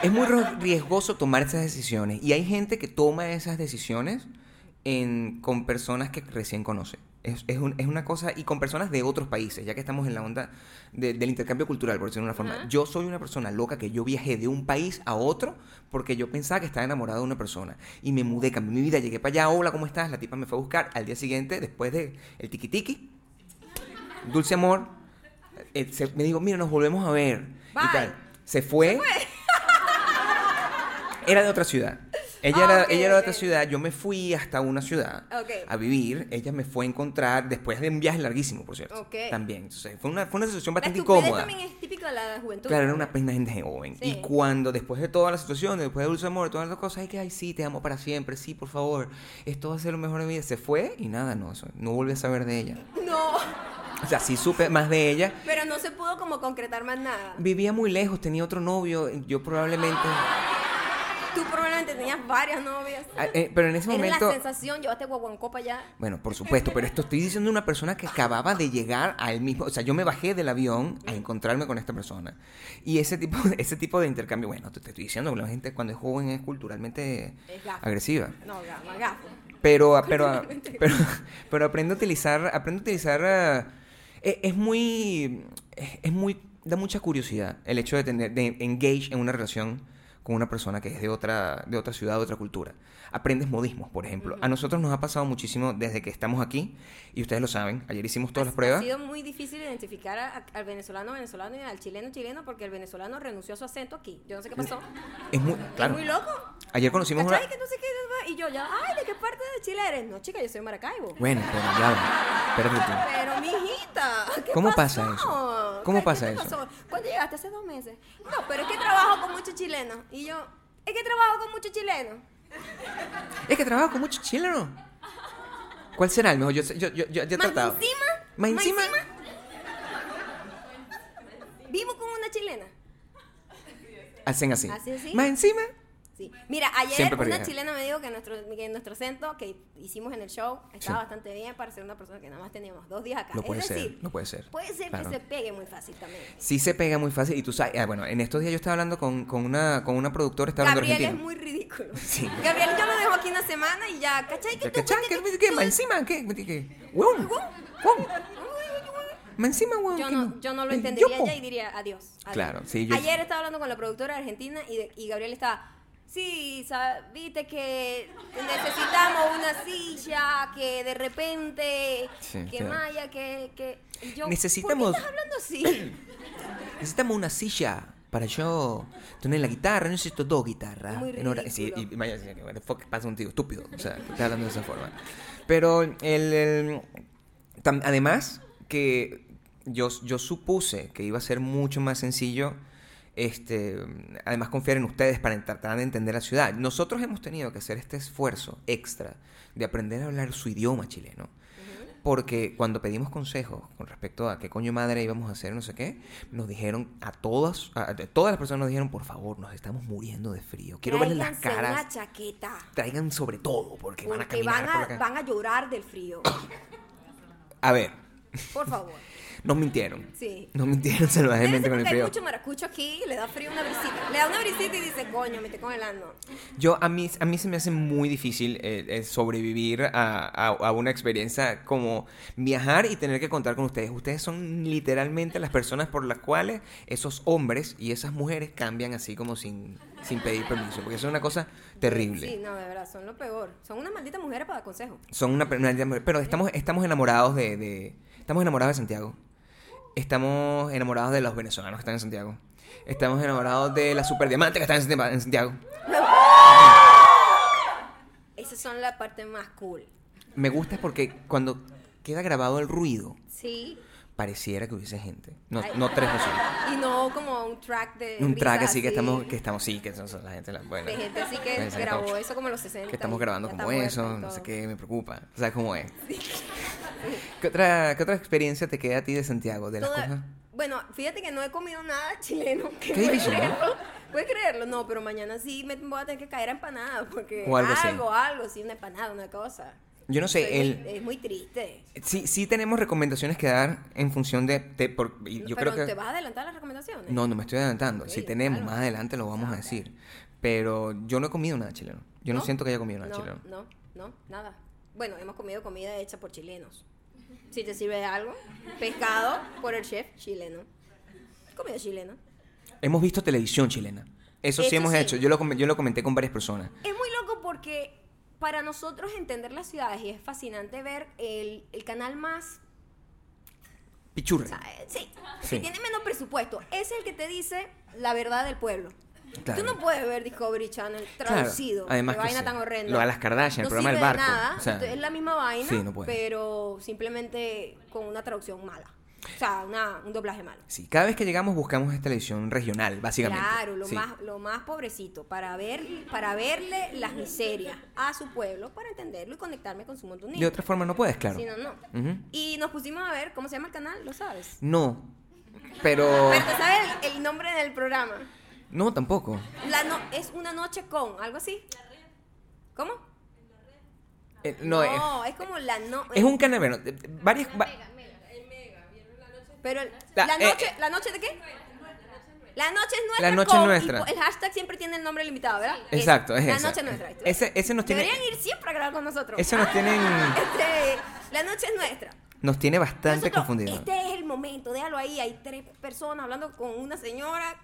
[SPEAKER 2] Es muy ro- riesgoso tomar esas decisiones. Y hay gente que toma esas decisiones en, con personas que recién conoce. Es, es, un- es una cosa, y con personas de otros países, ya que estamos en la onda de- del intercambio cultural, por decirlo de una forma. Yo soy una persona loca que yo viajé de un país a otro porque yo pensaba que estaba enamorado de una persona. Y me mudé, cambié mi vida, llegué para allá, hola, ¿cómo estás? La tipa me fue a buscar. Al día siguiente, después de el tiki-tiki, dulce amor, eh, se- me digo, mira, nos volvemos a ver. Y
[SPEAKER 1] Bye.
[SPEAKER 2] tal. Se fue. Era de otra ciudad. Ella,
[SPEAKER 1] Ah,
[SPEAKER 2] era,
[SPEAKER 1] ok,
[SPEAKER 2] ella era de otra
[SPEAKER 1] ok.
[SPEAKER 2] ciudad, yo me fui hasta una ciudad
[SPEAKER 1] Ok.
[SPEAKER 2] a vivir, ella me fue a encontrar después de un viaje larguísimo, por cierto.
[SPEAKER 1] Ok.
[SPEAKER 2] También, entonces fue una, fue una situación
[SPEAKER 1] La
[SPEAKER 2] bastante
[SPEAKER 1] estupidez
[SPEAKER 2] incómoda.
[SPEAKER 1] también es típica de la juventud.
[SPEAKER 2] Claro, era una pena gente joven.
[SPEAKER 1] Sí.
[SPEAKER 2] Y cuando después de toda la situación, después de Dulce Amor, todas las cosas, ay, que ay, sí, te amo para siempre, sí, por favor, esto va a ser lo mejor de mi vida. Se fue y nada, no, eso- no volví a saber de ella.
[SPEAKER 1] No,
[SPEAKER 2] O sea, sí supe más de ella.
[SPEAKER 1] pero no se pudo como concretar más nada.
[SPEAKER 2] Vivía muy lejos, tenía otro novio, yo probablemente.
[SPEAKER 1] Tú probablemente tenías varias novias.
[SPEAKER 2] Ah, eh, pero en ese
[SPEAKER 1] Era
[SPEAKER 2] momento.
[SPEAKER 1] la sensación, llevaste guaguancopa allá.
[SPEAKER 2] Bueno, por supuesto, pero esto estoy diciendo una persona que acababa de llegar al mismo, o sea, yo me bajé del avión a encontrarme con esta persona. Y ese tipo, ese tipo de intercambio, bueno, te, te estoy diciendo, la gente cuando es joven es culturalmente
[SPEAKER 1] Es gafa.
[SPEAKER 2] agresiva.
[SPEAKER 1] No, ga- más gafo.
[SPEAKER 2] Pero, pero, pero, pero aprendo a utilizar, aprendo a utilizar, eh, es, es muy, es, es muy, da mucha curiosidad el hecho de tener, de engage en una relación con una persona que es de otra, de otra ciudad, de otra cultura. Aprendes modismos, por ejemplo. A nosotros nos ha pasado muchísimo desde que estamos aquí, y ustedes lo saben, ayer hicimos todas las
[SPEAKER 1] Ha
[SPEAKER 2] pruebas.
[SPEAKER 1] sido muy difícil identificar a- al venezolano venezolano y al chileno chileno porque el venezolano renunció a su acento aquí. Yo no sé qué pasó.
[SPEAKER 2] Es muy, claro.
[SPEAKER 1] Es muy loco.
[SPEAKER 2] Ayer conocimos una...
[SPEAKER 1] ¿Cachai? Que no sé qué, y yo ya, ay, ¿de qué parte de Chile eres? No, chica, yo soy de Maracaibo.
[SPEAKER 2] Bueno, pero ya va. Espérate tú.
[SPEAKER 1] Pero, mijita, ¿qué
[SPEAKER 2] ¿Cómo
[SPEAKER 1] pasó?
[SPEAKER 2] pasa eso? ¿Cómo
[SPEAKER 1] ¿Qué-
[SPEAKER 2] pasa
[SPEAKER 1] qué te
[SPEAKER 2] eso?
[SPEAKER 1] pasó? ¿Cuándo llegaste? Hace dos meses. No, pero es que trabajo con muchos chilenos. Y yo, es que trabajo con muchos chilenos.
[SPEAKER 2] Es que trabajo con muchos chilenos. ¿Cuál será el mejor? Yo, sé- yo, yo, yo- yo he
[SPEAKER 1] Más
[SPEAKER 2] tratado.
[SPEAKER 1] encima,
[SPEAKER 2] Más
[SPEAKER 1] más
[SPEAKER 2] encima.
[SPEAKER 1] Vivo con una chilena.
[SPEAKER 2] Hacen así.
[SPEAKER 1] Hacen así.
[SPEAKER 2] Más encima.
[SPEAKER 1] Sí. Mira, ayer
[SPEAKER 2] Siempre
[SPEAKER 1] una
[SPEAKER 2] perdida.
[SPEAKER 1] chilena me dijo que nuestro, que nuestro acento que hicimos en el show estaba
[SPEAKER 2] Sí.
[SPEAKER 1] bastante bien para ser una persona que nada más teníamos dos días acá.
[SPEAKER 2] No puede
[SPEAKER 1] es decir,
[SPEAKER 2] ser, no puede ser.
[SPEAKER 1] Puede ser
[SPEAKER 2] Claro.
[SPEAKER 1] que se pegue muy fácil también.
[SPEAKER 2] Sí se pega muy fácil. Y tú sabes. ah, bueno, en estos días yo estaba hablando con, con una, con una productora, estaba hablando
[SPEAKER 1] Gabriel es
[SPEAKER 2] argentina.
[SPEAKER 1] muy ridículo.
[SPEAKER 2] Sí.
[SPEAKER 1] Gabriel, yo lo dejo aquí una semana y ya, ¿cachai? Que
[SPEAKER 2] Pero,
[SPEAKER 1] tú-
[SPEAKER 2] ¿Cachai? ¿Qué, qué, qué? ¿Más encima? ¿Qué? ¿Qué? ¿Qué? Huevón. Huevón. ¿Más encima, huevón?
[SPEAKER 1] Yo
[SPEAKER 2] ¿Qué
[SPEAKER 1] no, yo no lo
[SPEAKER 2] Eh,
[SPEAKER 1] entendería
[SPEAKER 2] yo,
[SPEAKER 1] ya y diría adiós. adiós.
[SPEAKER 2] Claro, sí, yo-
[SPEAKER 1] Ayer estaba hablando con la productora argentina y, de- y Gabriel estaba. Sí, sa- viste que necesitamos una silla, que de repente,
[SPEAKER 2] Sí,
[SPEAKER 1] que
[SPEAKER 2] claro.
[SPEAKER 1] Maya, que, que... y yo,
[SPEAKER 2] Necesitamos-
[SPEAKER 1] ¿Por qué estás hablando así? "Ah".
[SPEAKER 2] Necesitamos una silla para yo tener la guitarra. No necesito dos guitarras.
[SPEAKER 1] Muy
[SPEAKER 2] en hora- sí,
[SPEAKER 1] ridículo.
[SPEAKER 2] y vaya, sí, what the fuck, pasa un tío estúpido. O sea, que está hablando de esa forma. Pero el, el- tam- además que yo, yo supuse que iba a ser mucho más sencillo. Este, además confiar en ustedes para tratar de entender la ciudad. Nosotros hemos tenido que hacer este esfuerzo extra de aprender a hablar su idioma chileno. Porque cuando pedimos consejos con respecto a qué coño madre íbamos a hacer, no sé qué, nos dijeron a todas, a, a todas las personas nos dijeron, por favor, nos estamos muriendo de frío. Quiero verles las
[SPEAKER 1] Tráiganse
[SPEAKER 2] caras.
[SPEAKER 1] una chaqueta.
[SPEAKER 2] Traigan sobre todo, porque van a
[SPEAKER 1] Porque van
[SPEAKER 2] caminar por la
[SPEAKER 1] a,
[SPEAKER 2] calle.
[SPEAKER 1] van a llorar del frío.
[SPEAKER 2] A ver,
[SPEAKER 1] Por favor.
[SPEAKER 2] nos mintieron.
[SPEAKER 1] Sí.
[SPEAKER 2] Nos mintieron
[SPEAKER 1] Debe
[SPEAKER 2] salvajemente
[SPEAKER 1] ser
[SPEAKER 2] con el
[SPEAKER 1] porque hay
[SPEAKER 2] frío.
[SPEAKER 1] mucho maracucho aquí y le da frío una brisita. Le da una brisita y dice, coño, me estoy congelando.
[SPEAKER 2] Yo, a mí, a mí se me hace muy difícil eh, eh, sobrevivir a, a- a una experiencia como viajar y tener que contar con ustedes. Ustedes son literalmente las personas por las cuales esos hombres y esas mujeres cambian así como sin, sin pedir permiso, porque eso es una cosa terrible.
[SPEAKER 1] Sí, no, de verdad, son lo peor. Son unas malditas mujeres para dar consejos.
[SPEAKER 2] Son una, una- pero estamos, estamos enamorados de, de- estamos enamorados de Santiago. Estamos enamorados de los venezolanos que están en Santiago. Estamos enamorados de la superdiamante que está en Santiago- en Santiago.
[SPEAKER 1] Esas son la parte más cool.
[SPEAKER 2] Me gusta porque cuando queda grabado el ruido,
[SPEAKER 1] Sí.
[SPEAKER 2] pareciera que hubiese gente. No,
[SPEAKER 1] Ay.
[SPEAKER 2] no tres personas.
[SPEAKER 1] Y no como un track de.
[SPEAKER 2] Un
[SPEAKER 1] risa
[SPEAKER 2] track así que estamos, que estamos, sí, que son, son la gente, la, bueno.
[SPEAKER 1] De gente así que
[SPEAKER 2] Parece
[SPEAKER 1] grabó
[SPEAKER 2] estamos-
[SPEAKER 1] eso como en los 60.
[SPEAKER 2] Que estamos
[SPEAKER 1] y
[SPEAKER 2] grabando
[SPEAKER 1] ya
[SPEAKER 2] como
[SPEAKER 1] está
[SPEAKER 2] eso,
[SPEAKER 1] muerto y
[SPEAKER 2] no sé
[SPEAKER 1] todo.
[SPEAKER 2] qué, me preocupa. ¿Sabes cómo es? ¿Qué, otra, ¿Qué otra experiencia te queda a ti de Santiago? De las
[SPEAKER 1] Toda-
[SPEAKER 2] cosas.
[SPEAKER 1] Bueno, fíjate que no he comido nada chileno. que
[SPEAKER 2] Qué
[SPEAKER 1] puedes
[SPEAKER 2] difícil, ¿no?
[SPEAKER 1] creerlo, Puedes creerlo, no, pero mañana sí me voy a tener que caer a empanada. Porque
[SPEAKER 2] O algo así.
[SPEAKER 1] algo, algo, sí, una empanada, una cosa.
[SPEAKER 2] Yo no sé,
[SPEAKER 1] Soy muy-
[SPEAKER 2] el.
[SPEAKER 1] Es muy triste.
[SPEAKER 2] Sí, sí tenemos recomendaciones que dar en función de... de- por- y yo
[SPEAKER 1] pero
[SPEAKER 2] creo
[SPEAKER 1] te
[SPEAKER 2] que...
[SPEAKER 1] vas a adelantar las recomendaciones.
[SPEAKER 2] No, no me estoy adelantando.
[SPEAKER 1] Ok,
[SPEAKER 2] si tenemos,
[SPEAKER 1] claro.
[SPEAKER 2] más adelante lo vamos a decir. Pero yo no he comido nada chileno. Yo no, siento que haya comido nada
[SPEAKER 1] no,
[SPEAKER 2] chileno.
[SPEAKER 1] No, no, nada. Bueno, hemos comido comida hecha por chilenos. Si te sirve de algo, pescado por el chef chileno. Comida chilena.
[SPEAKER 2] Hemos visto televisión chilena. Eso sí
[SPEAKER 1] Eso
[SPEAKER 2] hemos
[SPEAKER 1] sí.
[SPEAKER 2] hecho. Yo lo, com- yo lo comenté con varias personas.
[SPEAKER 1] Es muy loco porque para nosotros entender las ciudades y es fascinante ver el, el canal más.
[SPEAKER 2] Pichurre.
[SPEAKER 1] o sea, eh, sí,
[SPEAKER 2] Sí.
[SPEAKER 1] que tiene menos presupuesto. Es el que te dice la verdad del pueblo.
[SPEAKER 2] Claro.
[SPEAKER 1] Tú no puedes ver Discovery Channel traducido.
[SPEAKER 2] Claro, además
[SPEAKER 1] qué
[SPEAKER 2] que
[SPEAKER 1] vaina
[SPEAKER 2] sí.
[SPEAKER 1] tan horrenda.
[SPEAKER 2] Lo de las Kardashian, el
[SPEAKER 1] No
[SPEAKER 2] programa del
[SPEAKER 1] sirve de
[SPEAKER 2] barco,
[SPEAKER 1] nada,
[SPEAKER 2] o sea,
[SPEAKER 1] esto es la misma vaina,
[SPEAKER 2] sí, no puedes.
[SPEAKER 1] pero simplemente con una traducción mala. O sea, una- un doblaje malo.
[SPEAKER 2] Sí, cada vez que llegamos buscamos esta televisión regional, básicamente.
[SPEAKER 1] Claro, lo,
[SPEAKER 2] Sí.
[SPEAKER 1] más, lo más pobrecito, para, ver, para verle las miserias a su pueblo, para entenderlo y conectarme con su montón
[SPEAKER 2] De otra forma no puedes, claro. Mm.
[SPEAKER 1] Si no, no.
[SPEAKER 2] Ujú.
[SPEAKER 1] Y nos pusimos a ver, ¿cómo se llama el canal? ¿Lo sabes?
[SPEAKER 2] No,
[SPEAKER 1] Pero
[SPEAKER 2] pero...
[SPEAKER 1] te sabes el, el nombre del programa.
[SPEAKER 2] No, tampoco.
[SPEAKER 1] La no- es una noche con, algo así. ¿Cómo?
[SPEAKER 2] Eh, no, es,
[SPEAKER 1] es como la no.
[SPEAKER 2] es un canal, bueno, eh, varias... va-
[SPEAKER 1] Pero el-
[SPEAKER 2] La-
[SPEAKER 1] la,
[SPEAKER 2] eh,
[SPEAKER 1] noche, ¿la noche de qué? La noche es nuestra.
[SPEAKER 2] La noche
[SPEAKER 1] con-
[SPEAKER 2] es nuestra.
[SPEAKER 1] y po- el hashtag siempre tiene el nombre del invitado, ¿verdad?
[SPEAKER 2] Exacto, es
[SPEAKER 1] La
[SPEAKER 2] esa.
[SPEAKER 1] noche es nuestra. ahí está.
[SPEAKER 2] Ese, ese nos tiene...
[SPEAKER 1] Deberían ir siempre a grabar con nosotros.
[SPEAKER 2] Ese nos tienen...
[SPEAKER 1] Este, la noche es nuestra.
[SPEAKER 2] Nos tiene bastante
[SPEAKER 1] Nosotros,
[SPEAKER 2] confundidos.
[SPEAKER 1] Este es el momento, déjalo ahí. Hay tres personas hablando con una señora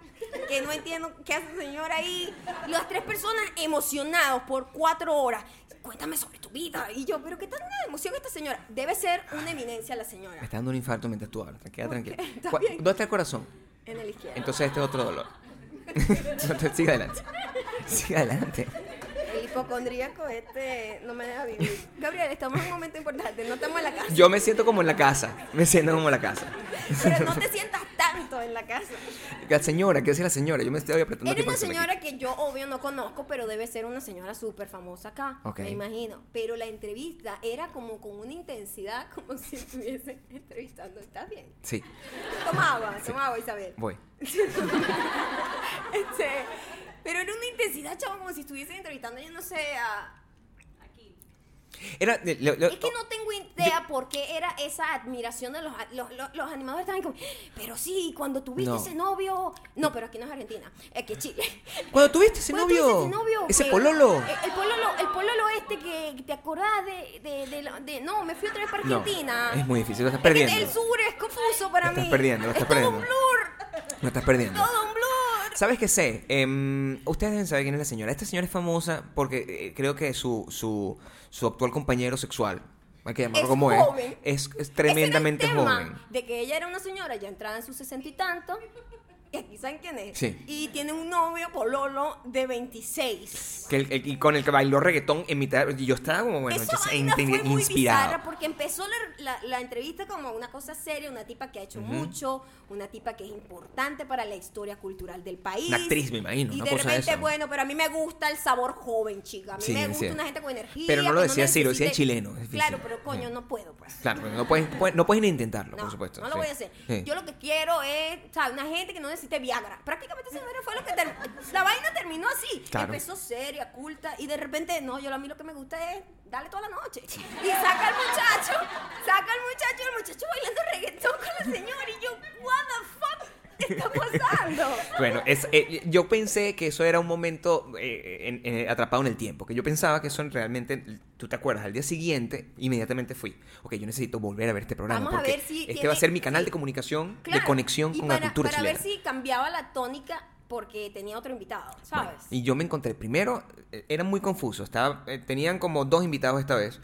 [SPEAKER 1] que no entiendo qué hace esa señora ahí. Las tres personas emocionados por cuatro horas. Cuéntame sobre tu vida. Y yo, ¿pero qué tal una emoción esta señora? Debe ser una eminencia la
[SPEAKER 2] Me
[SPEAKER 1] señora.
[SPEAKER 2] está dando un infarto mientras tú hablas. Queda tranquila.
[SPEAKER 1] Está
[SPEAKER 2] Cu-
[SPEAKER 1] bien.
[SPEAKER 2] ¿Dónde está el corazón?
[SPEAKER 1] En el izquierdo.
[SPEAKER 2] Entonces este es otro dolor. Entonces, sigue adelante. Sigue adelante.
[SPEAKER 1] El hipocondríaco este no me deja vivir. Gabriel, estamos en un momento importante. No estamos en la casa.
[SPEAKER 2] Yo me siento como en la casa. Me siento como en la casa.
[SPEAKER 1] Pero no te sientas tanto en la casa.
[SPEAKER 2] La señora, ¿qué hace la señora? Yo me estoy apretando
[SPEAKER 1] Era
[SPEAKER 2] aquí
[SPEAKER 1] una
[SPEAKER 2] para hacerme
[SPEAKER 1] señora que yo obvio no conozco, pero debe ser una señora súper famosa acá,
[SPEAKER 2] Ok.
[SPEAKER 1] me imagino. Pero la entrevista era como con una intensidad, como si estuviese entrevistando. ¿Estás bien?
[SPEAKER 2] aquí. Sí,
[SPEAKER 1] Toma agua, toma agua, Isabel.
[SPEAKER 2] voy.
[SPEAKER 1] Este, pero era una intensidad, chavo, como si estuviese entrevistando, yo no sé, a...
[SPEAKER 2] Era, le- le- le-
[SPEAKER 1] Es que no tengo idea por qué era esa admiración de los, los, los- los animadores. Estaban como, pero sí, cuando tuviste
[SPEAKER 2] No.
[SPEAKER 1] ese novio... No, pero aquí no es Argentina, aquí es Chile.
[SPEAKER 2] Cuando tuviste ese
[SPEAKER 1] Cuando tú
[SPEAKER 2] novio,
[SPEAKER 1] dices ese novio,
[SPEAKER 2] ese
[SPEAKER 1] que-
[SPEAKER 2] pololo.
[SPEAKER 1] eh, El, pololo, el pololo este que te acordás de, de, de la- de- no, me fui otra vez para
[SPEAKER 2] No,
[SPEAKER 1] Argentina.
[SPEAKER 2] es muy difícil, lo estás
[SPEAKER 1] Es que
[SPEAKER 2] perdiendo.
[SPEAKER 1] el sur es confuso para
[SPEAKER 2] Lo estás
[SPEAKER 1] mí.
[SPEAKER 2] perdiendo, lo
[SPEAKER 1] es
[SPEAKER 2] estás
[SPEAKER 1] todo
[SPEAKER 2] perdiendo.
[SPEAKER 1] un blur,
[SPEAKER 2] Lo estás perdiendo.
[SPEAKER 1] todo un blur.
[SPEAKER 2] ¿Sabes qué sé? Em, ustedes deben saber quién es la señora. Esta señora es famosa porque eh, creo que su, su, su actual compañero sexual, hay que llamarlo
[SPEAKER 1] Es
[SPEAKER 2] como
[SPEAKER 1] joven.
[SPEAKER 2] es, es, es
[SPEAKER 1] Ese era el
[SPEAKER 2] tremendamente
[SPEAKER 1] tema
[SPEAKER 2] joven.
[SPEAKER 1] De que ella era una señora ya entrada en sus sesenta y tanto. Y aquí saben quién es.
[SPEAKER 2] Sí.
[SPEAKER 1] Y tiene un novio pololo de 26.
[SPEAKER 2] Que el- el- y con el que bailó reggaetón en mitad. Y yo estaba como, bueno,
[SPEAKER 1] Esa
[SPEAKER 2] yo sé,
[SPEAKER 1] vaina
[SPEAKER 2] inte-
[SPEAKER 1] fue muy bizarra
[SPEAKER 2] inspirado.
[SPEAKER 1] porque empezó la, la- la entrevista como una cosa seria, una tipa que ha hecho mucho, una tipa que es importante para la historia cultural del país.
[SPEAKER 2] Una actriz, me imagino,
[SPEAKER 1] Y de
[SPEAKER 2] una cosa de
[SPEAKER 1] repente,
[SPEAKER 2] esa.
[SPEAKER 1] bueno, pero a mí me gusta el sabor joven, chica. A mí
[SPEAKER 2] Sí,
[SPEAKER 1] me
[SPEAKER 2] es
[SPEAKER 1] gusta
[SPEAKER 2] cierto.
[SPEAKER 1] una gente con energía.
[SPEAKER 2] Pero no lo
[SPEAKER 1] que
[SPEAKER 2] decía así, lo decía en
[SPEAKER 1] necesite-
[SPEAKER 2] chileno, es difícil.
[SPEAKER 1] Claro, pero coño,
[SPEAKER 2] Sí.
[SPEAKER 1] no puedo, pues.
[SPEAKER 2] Claro, porque no puedes, puedes- no puedes ni intentarlo,
[SPEAKER 1] No,
[SPEAKER 2] por supuesto.
[SPEAKER 1] no lo
[SPEAKER 2] sí.
[SPEAKER 1] voy a hacer.
[SPEAKER 2] Sí.
[SPEAKER 1] Yo lo que quiero es, o sea, una gente que no necesite Viagra. Prácticamente esa vaina fue lo que ter- la vaina terminó así.
[SPEAKER 2] Claro.
[SPEAKER 1] Empezó seria, culta y de repente, no, yo a mí lo que me gusta es darle toda la noche. Y saca al muchacho, saca al muchacho, el muchacho bailando reggaetón con la señora y yo, what the fuck está pasando?
[SPEAKER 2] Bueno, es, eh, yo pensé que eso era un momento eh, en- en- atrapado en el tiempo, que yo pensaba que eso realmente, tú te acuerdas, al día siguiente inmediatamente fui, ok, yo necesito volver a ver este programa,
[SPEAKER 1] Vamos a
[SPEAKER 2] porque
[SPEAKER 1] ver si
[SPEAKER 2] este
[SPEAKER 1] tiene-
[SPEAKER 2] va a ser mi canal de
[SPEAKER 1] sí.
[SPEAKER 2] comunicación, de
[SPEAKER 1] Claro.
[SPEAKER 2] conexión
[SPEAKER 1] Y
[SPEAKER 2] con
[SPEAKER 1] para,
[SPEAKER 2] la cultura
[SPEAKER 1] para
[SPEAKER 2] chilena.
[SPEAKER 1] ver si cambiaba la tónica porque tenía otro invitado,
[SPEAKER 2] Bueno,
[SPEAKER 1] ¿sabes?
[SPEAKER 2] y yo me encontré, primero, eh, era muy confuso, estaba, eh, tenían como dos invitados esta vez,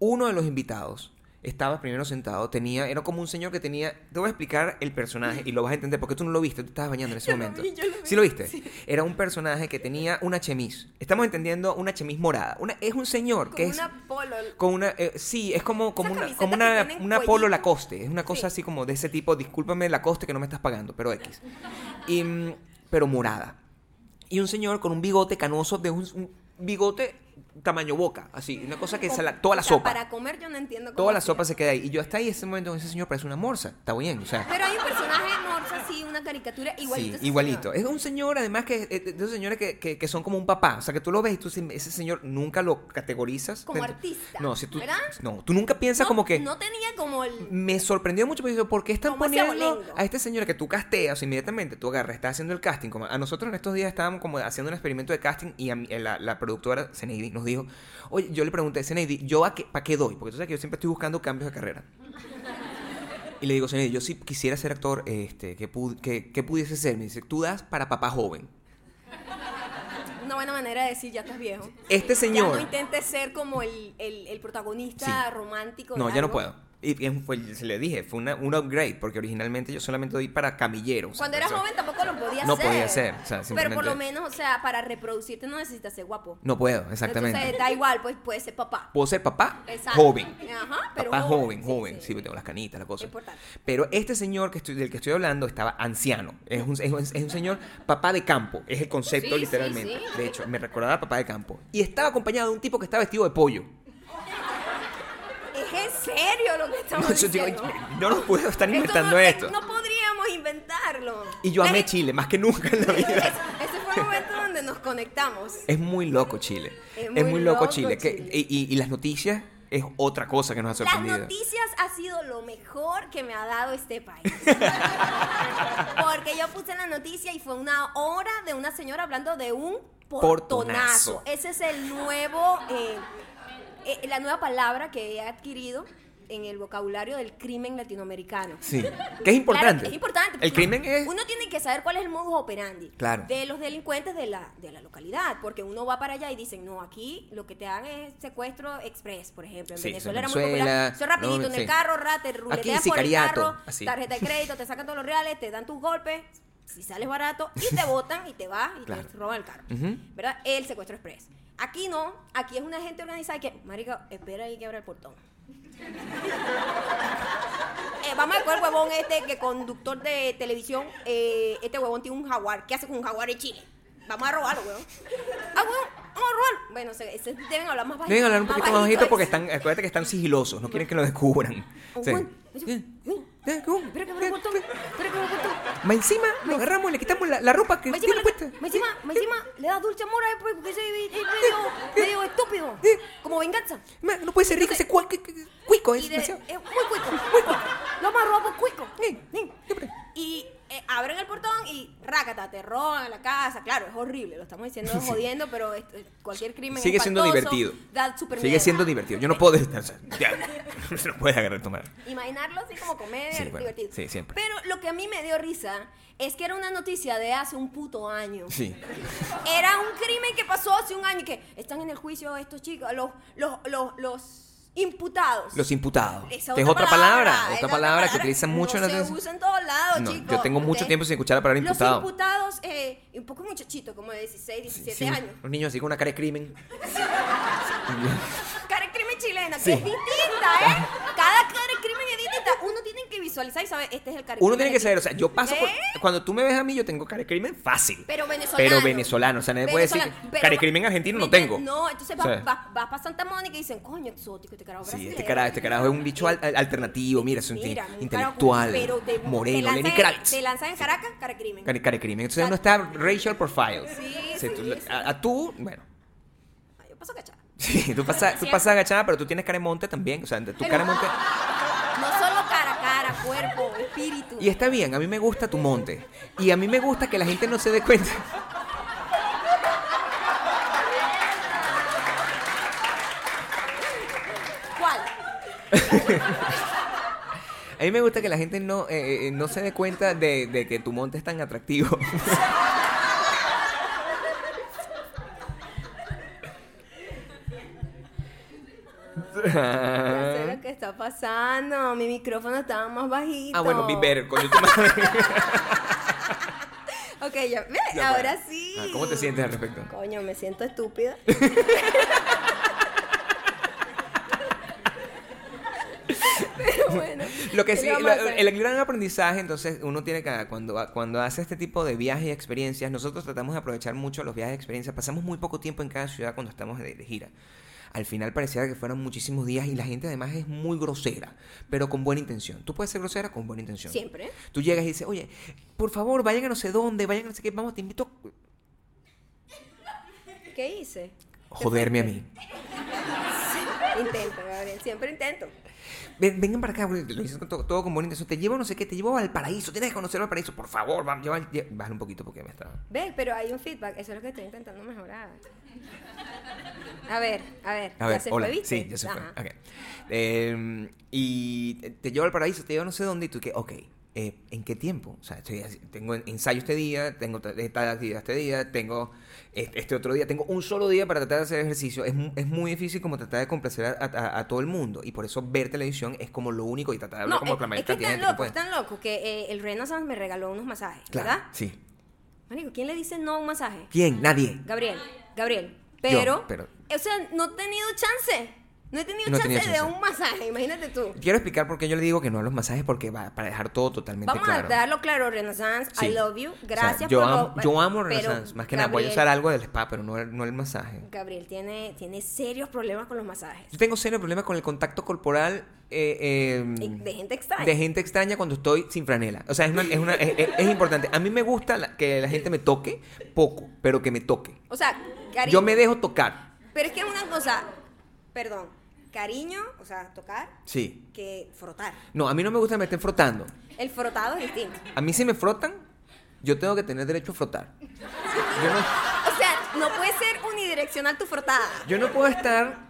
[SPEAKER 2] uno de los invitados estaba primero sentado, tenía, era como un señor que tenía, te voy a explicar el personaje y lo vas a entender porque tú no lo viste, tú estabas bañando en ese
[SPEAKER 1] Yo lo
[SPEAKER 2] momento.
[SPEAKER 1] vi, yo lo
[SPEAKER 2] ¿Sí
[SPEAKER 1] vi.
[SPEAKER 2] lo viste? Era un personaje que tenía una chemise. Estamos entendiendo una chemise morada. Una, es un señor
[SPEAKER 1] Con
[SPEAKER 2] que es
[SPEAKER 1] una polo.
[SPEAKER 2] con una eh, sí es como como una
[SPEAKER 1] camiseta
[SPEAKER 2] como
[SPEAKER 1] que
[SPEAKER 2] una,
[SPEAKER 1] tiene
[SPEAKER 2] una
[SPEAKER 1] cuellito.
[SPEAKER 2] polo Lacoste es una cosa
[SPEAKER 1] Sí.
[SPEAKER 2] así como de ese tipo discúlpame Lacoste que no me estás pagando pero x y, mm, pero morada y un señor con un bigote canoso de un, un bigote tamaño boca así una cosa que se la, toda la
[SPEAKER 1] O sea,
[SPEAKER 2] sopa
[SPEAKER 1] Para comer yo no entiendo cómo
[SPEAKER 2] toda la
[SPEAKER 1] hacía.
[SPEAKER 2] sopa se queda ahí y yo hasta ahí ese momento ese señor parece una morsa está bien o sea
[SPEAKER 1] Pero hay un personaje de Morse así, una caricatura Ah, igualito. a
[SPEAKER 2] sí,
[SPEAKER 1] ese
[SPEAKER 2] igualito.
[SPEAKER 1] señor.
[SPEAKER 2] Es un señor, además, que eh, de esos señores que, que- que son como un papá. O sea, que tú lo ves y tú dices, ese señor nunca lo categorizas.
[SPEAKER 1] Como
[SPEAKER 2] dentro-
[SPEAKER 1] artista,
[SPEAKER 2] No, si tú,
[SPEAKER 1] ¿verdad?
[SPEAKER 2] no, tú nunca piensas
[SPEAKER 1] No-
[SPEAKER 2] como que...
[SPEAKER 1] No tenía como el.
[SPEAKER 2] Me sorprendió mucho porque digo, ¿por qué están
[SPEAKER 1] Como ese
[SPEAKER 2] poniendo
[SPEAKER 1] abolengo.
[SPEAKER 2] a este señor que tú casteas inmediatamente? Tú agarras, estás haciendo el casting. Como a nosotros en estos días estábamos como haciendo un experimento de casting y a mí- eh, la, la productora Zeneidi nos dijo, oye, yo le pregunté, Zeneidi, ¿yo a qué, para qué doy? Porque tú sabes que yo siempre estoy buscando cambios de carrera. Y le digo, Zeneidi, yo si quisiera ser actor, este, ¿qué, pu- qué- qué pudiese ser? Me dice, tú das para papá joven.
[SPEAKER 1] Una buena manera de decir, ya estás viejo.
[SPEAKER 2] Este
[SPEAKER 1] Ya
[SPEAKER 2] señor...
[SPEAKER 1] no intentes ser como el, el, el protagonista
[SPEAKER 2] Sí.
[SPEAKER 1] romántico. de
[SPEAKER 2] No, ya no
[SPEAKER 1] algo.
[SPEAKER 2] puedo. Y bien, fue- se le dije, fue una- un upgrade, porque originalmente yo solamente doy para camilleros. o sea,
[SPEAKER 1] Cuando eras
[SPEAKER 2] persona-
[SPEAKER 1] joven tampoco lo podías
[SPEAKER 2] No
[SPEAKER 1] hacer.
[SPEAKER 2] podía hacer, o sea,
[SPEAKER 1] Pero por
[SPEAKER 2] simplemente-
[SPEAKER 1] lo menos, o sea, para reproducirte no necesitas ser guapo.
[SPEAKER 2] No puedo, exactamente.
[SPEAKER 1] Entonces, da igual, pues puedes ser papá.
[SPEAKER 2] Puedo ser papá
[SPEAKER 1] Exacto.
[SPEAKER 2] joven.
[SPEAKER 1] Ajá, pero
[SPEAKER 2] papá
[SPEAKER 1] joven,
[SPEAKER 2] joven, joven.
[SPEAKER 1] sí, sí.
[SPEAKER 2] Sí, tengo las canitas, la cosa.
[SPEAKER 1] Importante.
[SPEAKER 2] Pero este señor que estoy- del que estoy hablando estaba anciano. Es un, es un- es un señor papá de campo. Es el concepto
[SPEAKER 1] Sí,
[SPEAKER 2] literalmente.
[SPEAKER 1] sí, sí.
[SPEAKER 2] De hecho, me recordaba a papá de campo. Y estaba acompañado de un tipo que estaba vestido de pollo.
[SPEAKER 1] ¿Es en serio lo que estamos
[SPEAKER 2] Yo digo,
[SPEAKER 1] diciendo?
[SPEAKER 2] yo no puedo estar
[SPEAKER 1] Esto
[SPEAKER 2] inventando
[SPEAKER 1] no,
[SPEAKER 2] esto.
[SPEAKER 1] No podríamos inventarlo.
[SPEAKER 2] Y yo
[SPEAKER 1] La
[SPEAKER 2] amé
[SPEAKER 1] gente-
[SPEAKER 2] Chile, más que nunca en la vida.
[SPEAKER 1] Ese, ese fue el momento donde nos conectamos.
[SPEAKER 2] Es muy loco Chile.
[SPEAKER 1] Es
[SPEAKER 2] Es
[SPEAKER 1] muy
[SPEAKER 2] muy, loco,
[SPEAKER 1] loco
[SPEAKER 2] Chile. Que-
[SPEAKER 1] Chile.
[SPEAKER 2] y, y- y las noticias es otra cosa que nos ha
[SPEAKER 1] Las
[SPEAKER 2] sorprendido.
[SPEAKER 1] noticias ha sido lo mejor que me ha dado este país. Porque yo puse la noticia y fue una hora de una señora hablando de un portonazo.
[SPEAKER 2] Portonazo.
[SPEAKER 1] Ese es el nuevo, eh, eh, la nueva palabra que he adquirido en el vocabulario del crimen latinoamericano.
[SPEAKER 2] Sí. Que es importante.
[SPEAKER 1] Claro, es importante.
[SPEAKER 2] El crimen es.
[SPEAKER 1] Uno tiene que saber cuál es el modus operandi
[SPEAKER 2] Claro.
[SPEAKER 1] de los delincuentes de la, de la localidad, porque uno va para allá y dicen, no, aquí lo que te dan es secuestro express, por ejemplo. En
[SPEAKER 2] Sí,
[SPEAKER 1] Venezuela era muy
[SPEAKER 2] Venezuela,
[SPEAKER 1] popular. Eso es rapidito,
[SPEAKER 2] no,
[SPEAKER 1] en el
[SPEAKER 2] sí.
[SPEAKER 1] carro, ra, te ruleteas por el
[SPEAKER 2] sicariato,
[SPEAKER 1] carro,
[SPEAKER 2] así.
[SPEAKER 1] tarjeta de crédito, te sacan todos los reales, te dan tus golpes, si sales barato, y te botan y te vas y
[SPEAKER 2] Claro.
[SPEAKER 1] te roban el carro.
[SPEAKER 2] Ujú.
[SPEAKER 1] ¿Verdad? El secuestro express. Aquí no, aquí es una gente organizada que, marica, espera ahí que abra el portón. Eh, vamos a ver cuál huevón este que conductor de televisión, eh, este huevón tiene un jaguar. ¿Qué hace con un jaguar en Chile? Vamos a robarlo, huevón. Ah, huevón, vamos a robarlo. Bueno, se, se- deben hablar más bajito.
[SPEAKER 2] Deben hablar un poquito más bajito porque
[SPEAKER 1] es-
[SPEAKER 2] están, acuérdate que están sigilosos, no quieren que lo descubran.
[SPEAKER 1] Un
[SPEAKER 2] Sí.
[SPEAKER 1] buen- Espera que abra el portón, espera que abra el portón.
[SPEAKER 2] Más encima lo agarramos y le quitamos la, la ropa que
[SPEAKER 1] Me
[SPEAKER 2] tiene
[SPEAKER 1] encima,
[SPEAKER 2] puesta.
[SPEAKER 1] le, me encima, me encima le da dulce amor a él porque ese es medio, medio estúpido. Como venganza.
[SPEAKER 2] Ma, No puede ser rico ese cua- cu- cu- cuico,
[SPEAKER 1] Y
[SPEAKER 2] es
[SPEAKER 1] de- es
[SPEAKER 2] demasiado.
[SPEAKER 1] muy cuico, muy cuico. Lo más robo cuico.
[SPEAKER 2] Sí,
[SPEAKER 1] Sí.
[SPEAKER 2] siempre.
[SPEAKER 1] Y eh, abren el portón y rácata, te roban la casa. Claro, es horrible, lo estamos diciendo jodiendo, pero es- eh, cualquier crimen
[SPEAKER 2] Sigue siendo
[SPEAKER 1] espantoso
[SPEAKER 2] divertido.
[SPEAKER 1] Da súper
[SPEAKER 2] Sigue
[SPEAKER 1] miedo. Ah,
[SPEAKER 2] siendo divertido. Yo no puedo. o sea, ya, no puedes agarrar tu mano.
[SPEAKER 1] Imaginarlo así como comedia
[SPEAKER 2] Sí, bueno,
[SPEAKER 1] divertido.
[SPEAKER 2] sí, siempre.
[SPEAKER 1] Pero lo que a mí me dio risa es que era una noticia de hace un puto año.
[SPEAKER 2] Sí.
[SPEAKER 1] Era un crimen que pasó hace un año y que están en el juicio estos chicos, los, los, los, los imputados.
[SPEAKER 2] Los imputados. Que Es
[SPEAKER 1] Esa
[SPEAKER 2] otra palabra.
[SPEAKER 1] esa
[SPEAKER 2] Otra palabra que utilizan mucho en
[SPEAKER 1] no
[SPEAKER 2] la
[SPEAKER 1] se
[SPEAKER 2] televisión.
[SPEAKER 1] usa en todos lados,
[SPEAKER 2] No,
[SPEAKER 1] chicos.
[SPEAKER 2] yo tengo mucho
[SPEAKER 1] Ustedes-
[SPEAKER 2] tiempo sin escuchar la palabra imputado.
[SPEAKER 1] Los imputados, eh, un poco muchachito, como de 16, 17
[SPEAKER 2] Sí,
[SPEAKER 1] años.
[SPEAKER 2] Un niño así con una cara de crimen.
[SPEAKER 1] Cara de crimen chilena, que
[SPEAKER 2] Sí.
[SPEAKER 1] es distinta, ¿eh? Cada cara de crimen es distinta. Uno tiene que visualizar y saber, este es el cara de
[SPEAKER 2] Uno
[SPEAKER 1] crimen
[SPEAKER 2] tiene
[SPEAKER 1] de
[SPEAKER 2] que saber, o sea,
[SPEAKER 1] aquí.
[SPEAKER 2] yo paso por.
[SPEAKER 1] ¿Eh?
[SPEAKER 2] Cuando tú me ves a mí, yo tengo cara de crimen fácil.
[SPEAKER 1] Pero venezolano.
[SPEAKER 2] Pero venezolano, o sea, nadie puede decir,
[SPEAKER 1] Venezolano,
[SPEAKER 2] cara de crimen argentino
[SPEAKER 1] ¿me
[SPEAKER 2] no
[SPEAKER 1] entiendes?
[SPEAKER 2] tengo.
[SPEAKER 1] No, entonces
[SPEAKER 2] O
[SPEAKER 1] vas
[SPEAKER 2] sea.
[SPEAKER 1] para Santa Mónica y dicen, coño, exótico, este carajo
[SPEAKER 2] Sí,
[SPEAKER 1] brasileño. Eh,
[SPEAKER 2] este carajo, este carajo es un bicho al- al- alternativo, mira, es un
[SPEAKER 1] Mira,
[SPEAKER 2] inte-
[SPEAKER 1] un
[SPEAKER 2] intelectual,
[SPEAKER 1] carajo, pero te- te
[SPEAKER 2] moreno,
[SPEAKER 1] lanzan
[SPEAKER 2] Lenny
[SPEAKER 1] en-
[SPEAKER 2] Kravitz.
[SPEAKER 1] Te lanzan en Caracas, cara de crimen.
[SPEAKER 2] Care- care crimen. Entonces no está racial profile.
[SPEAKER 1] Sí,
[SPEAKER 2] O sea,
[SPEAKER 1] sí,
[SPEAKER 2] tú-
[SPEAKER 1] sí.
[SPEAKER 2] A, a tú, bueno,
[SPEAKER 1] Ay, yo paso cachada.
[SPEAKER 2] sí, tú pasas, tú
[SPEAKER 1] Siempre.
[SPEAKER 2] pasas agachada, pero tú tienes cara de monte también, o sea, tu
[SPEAKER 1] Pero- ¡ah!
[SPEAKER 2] cara de monte...
[SPEAKER 1] No solo cara, cara, cuerpo, espíritu.
[SPEAKER 2] Y está bien, a mí me gusta tu monte. Y a mí me gusta que la gente no se dé cuenta.
[SPEAKER 1] ¿Cuál?
[SPEAKER 2] A mí me gusta que la gente no, eh, eh, no se dé cuenta de, de que tu monte es tan atractivo. Ah.
[SPEAKER 1] Ya sé lo que está pasando. Mi micrófono estaba más bajito.
[SPEAKER 2] Ah, bueno, be better, coño, tu madre.
[SPEAKER 1] Ok, ya. ve,
[SPEAKER 2] Ya,
[SPEAKER 1] ahora
[SPEAKER 2] bueno.
[SPEAKER 1] sí.
[SPEAKER 2] Ah, ¿Cómo te sientes al respecto?
[SPEAKER 1] Coño, me siento estúpida. Pero bueno.
[SPEAKER 2] Lo que
[SPEAKER 1] ¿qué
[SPEAKER 2] sí,
[SPEAKER 1] le vamos
[SPEAKER 2] lo-
[SPEAKER 1] a hacer?
[SPEAKER 2] el gran aprendizaje, entonces, uno tiene que, cuando, cuando hace este tipo de viajes y experiencias, nosotros tratamos de aprovechar mucho los viajes y experiencias. Pasamos muy poco tiempo en cada ciudad cuando estamos de, de gira. Al final parecía que fueron muchísimos días y la gente además es muy grosera, pero con buena intención. Tú puedes ser grosera con buena intención.
[SPEAKER 1] Siempre.
[SPEAKER 2] Tú llegas y dices, oye, por favor, vayan a no sé dónde, vayan a no sé qué, vamos, te invito a
[SPEAKER 1] ¿Qué hice?
[SPEAKER 2] joderme a mí.
[SPEAKER 1] Intento, Gabriel. Siempre intento.
[SPEAKER 2] Ven- vengan para acá, güey, lo dices con todo, todo con buena intención. Te llevo no sé qué, te llevo al paraíso, tienes que conocer al paraíso, por favor, vamos, lleva, lle- bájale un poquito porque me está...
[SPEAKER 1] ¿Ves? Pero hay un feedback. Eso es lo que estoy intentando mejorar. A ver, a ver.
[SPEAKER 2] A ver,
[SPEAKER 1] ya se
[SPEAKER 2] hola.
[SPEAKER 1] fue, ¿viste?
[SPEAKER 2] Sí, ya se fue. Em,
[SPEAKER 1] Ajá.
[SPEAKER 2] Ok. Eh, y te llevo al paraíso, te llevo a no sé dónde y tú que, ok, eh, ¿en qué tiempo? O sea, estoy así- tengo ensayo este día, tengo ta- esta actividad este día, tengo este este otro día, tengo un solo día para tratar de hacer ejercicio. Es, mu- es muy difícil como tratar de complacer a, a- a todo el mundo y por eso ver televisión es como lo único y tratar de hablar
[SPEAKER 1] No,
[SPEAKER 2] como
[SPEAKER 1] es,
[SPEAKER 2] la mayor
[SPEAKER 1] es que
[SPEAKER 2] cantidad de
[SPEAKER 1] están
[SPEAKER 2] gente que
[SPEAKER 1] locos,
[SPEAKER 2] pueda.
[SPEAKER 1] están locos. Que eh, el Renaissance me regaló unos masajes,
[SPEAKER 2] Claro,
[SPEAKER 1] ¿verdad?
[SPEAKER 2] sí.
[SPEAKER 1] Marico, ¿quién le dice no a un masaje?
[SPEAKER 2] ¿Quién? Nadie.
[SPEAKER 1] Gabriel, Gabriel. Pero,
[SPEAKER 2] pero-
[SPEAKER 1] o sea, no he tenido chance. No he tenido
[SPEAKER 2] No he
[SPEAKER 1] chance
[SPEAKER 2] tenido
[SPEAKER 1] de
[SPEAKER 2] chance.
[SPEAKER 1] un masaje, imagínate tú.
[SPEAKER 2] Quiero explicar por qué yo le digo que no a los masajes porque va para dejar todo totalmente
[SPEAKER 1] Vamos
[SPEAKER 2] claro.
[SPEAKER 1] a darlo claro, Renaissance.
[SPEAKER 2] Sí.
[SPEAKER 1] I love you.
[SPEAKER 2] O sea,
[SPEAKER 1] Gracias
[SPEAKER 2] yo
[SPEAKER 1] por
[SPEAKER 2] amo,
[SPEAKER 1] lo-
[SPEAKER 2] Yo amo
[SPEAKER 1] pero
[SPEAKER 2] Renaissance, más que nada. Voy a
[SPEAKER 1] Gabriel-
[SPEAKER 2] usar algo del spa, pero no, el- no el masaje.
[SPEAKER 1] Gabriel tiene, tiene serios problemas con los masajes.
[SPEAKER 2] Yo tengo serio problema con el contacto corporal eh, eh,
[SPEAKER 1] Y De gente extraña.
[SPEAKER 2] de gente extraña cuando estoy sin franela. O sea, es, una- es, una- es- es- es importante. A mí me gusta la- que la gente me toque poco, pero que me toque.
[SPEAKER 1] O sea, cariño.
[SPEAKER 2] Yo me dejo tocar.
[SPEAKER 1] Pero es que es una cosa. Perdón. Cariño, o sea, tocar,
[SPEAKER 2] Sí.
[SPEAKER 1] que frotar.
[SPEAKER 2] No, a mí no me gusta que me estén frotando.
[SPEAKER 1] El frotado es distinto.
[SPEAKER 2] A mí si me frotan, yo tengo que tener derecho a frotar. Yo no...
[SPEAKER 1] O sea, no puede ser unidireccional tu frotada.
[SPEAKER 2] Yo no puedo estar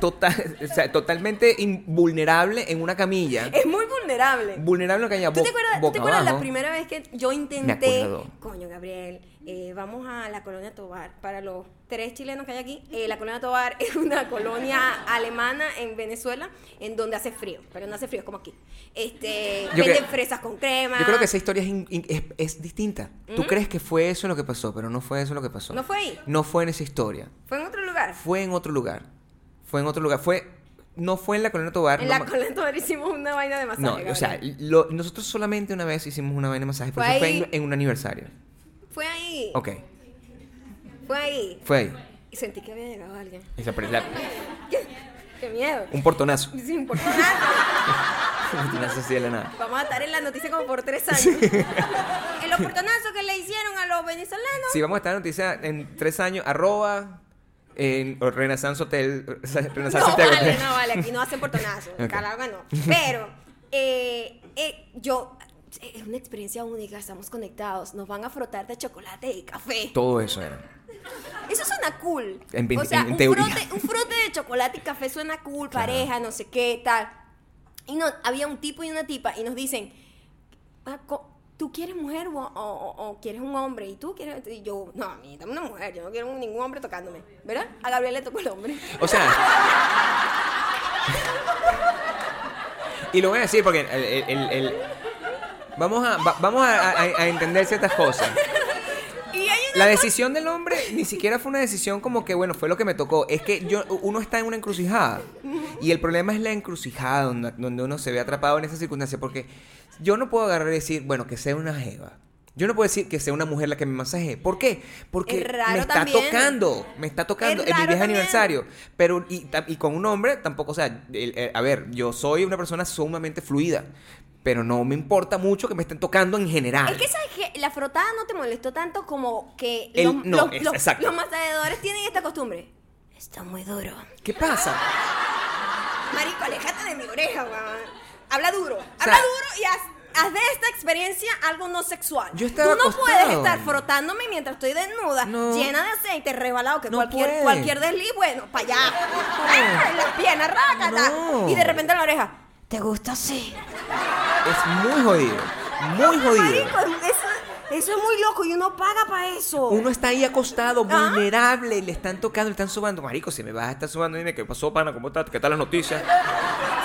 [SPEAKER 2] total- o sea, totalmente invulnerable en una camilla.
[SPEAKER 1] Es muy vulnerable.
[SPEAKER 2] Vulnerable en una camilla.
[SPEAKER 1] Eh, ¿Tú te
[SPEAKER 2] bo-
[SPEAKER 1] acuerdas, ¿tú
[SPEAKER 2] boca
[SPEAKER 1] te acuerdas la
[SPEAKER 2] abajo.
[SPEAKER 1] primera vez que yo
[SPEAKER 2] Me
[SPEAKER 1] intenté?
[SPEAKER 2] acuerdo.
[SPEAKER 1] Coño, Gabriel, eh, vamos a la colonia Tobar. Para los tres chilenos que hay aquí, eh, la colonia Tobar es una colonia alemana en Venezuela en donde hace frío. Pero no hace frío, es como aquí. Este,
[SPEAKER 2] Yo
[SPEAKER 1] venden
[SPEAKER 2] creo-
[SPEAKER 1] fresas con crema.
[SPEAKER 2] Yo creo que esa historia es, in- in- es- es distinta. Tú crees que fue eso lo que pasó, pero no fue eso lo que pasó.
[SPEAKER 1] ¿No fue ahí?
[SPEAKER 2] No fue en esa historia.
[SPEAKER 1] Fue en otro lugar.
[SPEAKER 2] Fue en otro lugar. Fue en otro lugar. Fue. No fue en la colonia Tobar.
[SPEAKER 1] En
[SPEAKER 2] no
[SPEAKER 1] la
[SPEAKER 2] ma-
[SPEAKER 1] colonia Tobar hicimos una vaina de masaje.
[SPEAKER 2] no, o
[SPEAKER 1] Gabriel.
[SPEAKER 2] sea, lo- nosotros solamente una vez hicimos una vaina de masaje, pero
[SPEAKER 1] Fue
[SPEAKER 2] eso fue
[SPEAKER 1] ahí.
[SPEAKER 2] en, en un aniversario.
[SPEAKER 1] Fue ahí.
[SPEAKER 2] Ok,
[SPEAKER 1] Fue ahí.
[SPEAKER 2] fue ahí.
[SPEAKER 1] Y sentí que había llegado alguien.
[SPEAKER 2] Esa pre- la-
[SPEAKER 1] Qué, qué miedo.
[SPEAKER 2] un portonazo.
[SPEAKER 1] Es importante.
[SPEAKER 2] un portonazo así de la nada.
[SPEAKER 1] Vamos a estar en la noticia como por tres años. El oportunazo que le hicieron a los venezolanos.
[SPEAKER 2] Sí, vamos a estar en noticia en tres años, arroba en o Renaissance Hotel. o sea, Renaissance
[SPEAKER 1] No
[SPEAKER 2] Santiago.
[SPEAKER 1] vale, no vale, aquí no hacen portonazo.
[SPEAKER 2] Ok.
[SPEAKER 1] Claro que no. Pero eh, eh, yo, es una experiencia única, estamos conectados, nos van a frotar de chocolate y café.
[SPEAKER 2] Todo eso era.
[SPEAKER 1] Eso suena cool.
[SPEAKER 2] En prin-
[SPEAKER 1] o sea,
[SPEAKER 2] en- en
[SPEAKER 1] un,
[SPEAKER 2] teoría.
[SPEAKER 1] Frote, un frote de chocolate y café suena cool, pareja, no sé qué, tal. Y no, había un tipo y una tipa y nos dicen, "Ah, co- ¿tú quieres mujer o, o- o- o quieres un hombre? Y tú quieres... Y yo, no, a mí, dame una mujer, yo no quiero un- ningún hombre tocándome, ¿verdad? A Gabriel le tocó el hombre.
[SPEAKER 2] O sea. y lo voy a decir porque el- el- el- el- vamos a, va- vamos a, a- a entender ciertas cosas.
[SPEAKER 1] Y hay una...
[SPEAKER 2] La decisión del hombre ni siquiera fue una decisión como que, bueno, fue lo que me tocó. Es que yo, uno está en una encrucijada. Y el problema es la encrucijada donde, donde uno se ve atrapado en esa circunstancia. Porque yo no puedo agarrar y decir, bueno, que sea una jeva. Yo no puedo decir que sea una mujer la que me masaje. ¿Por qué? Porque
[SPEAKER 1] Es raro
[SPEAKER 2] me está
[SPEAKER 1] también.
[SPEAKER 2] tocando. Me está tocando.
[SPEAKER 1] Es
[SPEAKER 2] en mi
[SPEAKER 1] raro
[SPEAKER 2] vieja
[SPEAKER 1] también.
[SPEAKER 2] aniversario. Pero, y, ta- y con un hombre tampoco, o sea, el- el- a ver, yo soy una persona sumamente fluida. Pero no me importa mucho que me estén tocando en general.
[SPEAKER 1] Es que ¿sabes qué? la frotada no te molestó tanto como que
[SPEAKER 2] El-
[SPEAKER 1] los,
[SPEAKER 2] no,
[SPEAKER 1] los-
[SPEAKER 2] es-
[SPEAKER 1] los-
[SPEAKER 2] exacto.
[SPEAKER 1] los masajeadores tienen esta costumbre. Está muy duro.
[SPEAKER 2] ¿Qué pasa?
[SPEAKER 1] Marico, alejate de mi oreja, weón. Habla duro. Habla
[SPEAKER 2] sea,
[SPEAKER 1] duro y haz, haz de esta experiencia algo no sexual.
[SPEAKER 2] Yo estaba
[SPEAKER 1] Tú no
[SPEAKER 2] acostado.
[SPEAKER 1] puedes estar frotándome mientras estoy desnuda,
[SPEAKER 2] No.
[SPEAKER 1] llena de aceite, rebalado, que
[SPEAKER 2] No
[SPEAKER 1] cualquier,
[SPEAKER 2] puede.
[SPEAKER 1] cualquier desliz, bueno, para allá. Ah, Las piernas, rácata.
[SPEAKER 2] No.
[SPEAKER 1] Y de repente en la oreja, ¿te gusta así?
[SPEAKER 2] Es muy jodido. Muy jodido.
[SPEAKER 1] Marico, eso, eso es muy loco y uno paga para eso.
[SPEAKER 2] Uno está ahí acostado,
[SPEAKER 1] Ah.
[SPEAKER 2] vulnerable, le están tocando, le están subando. Marico, si me vas a estar subando, dime qué pasó, pana, cómo estás, qué tal las noticias,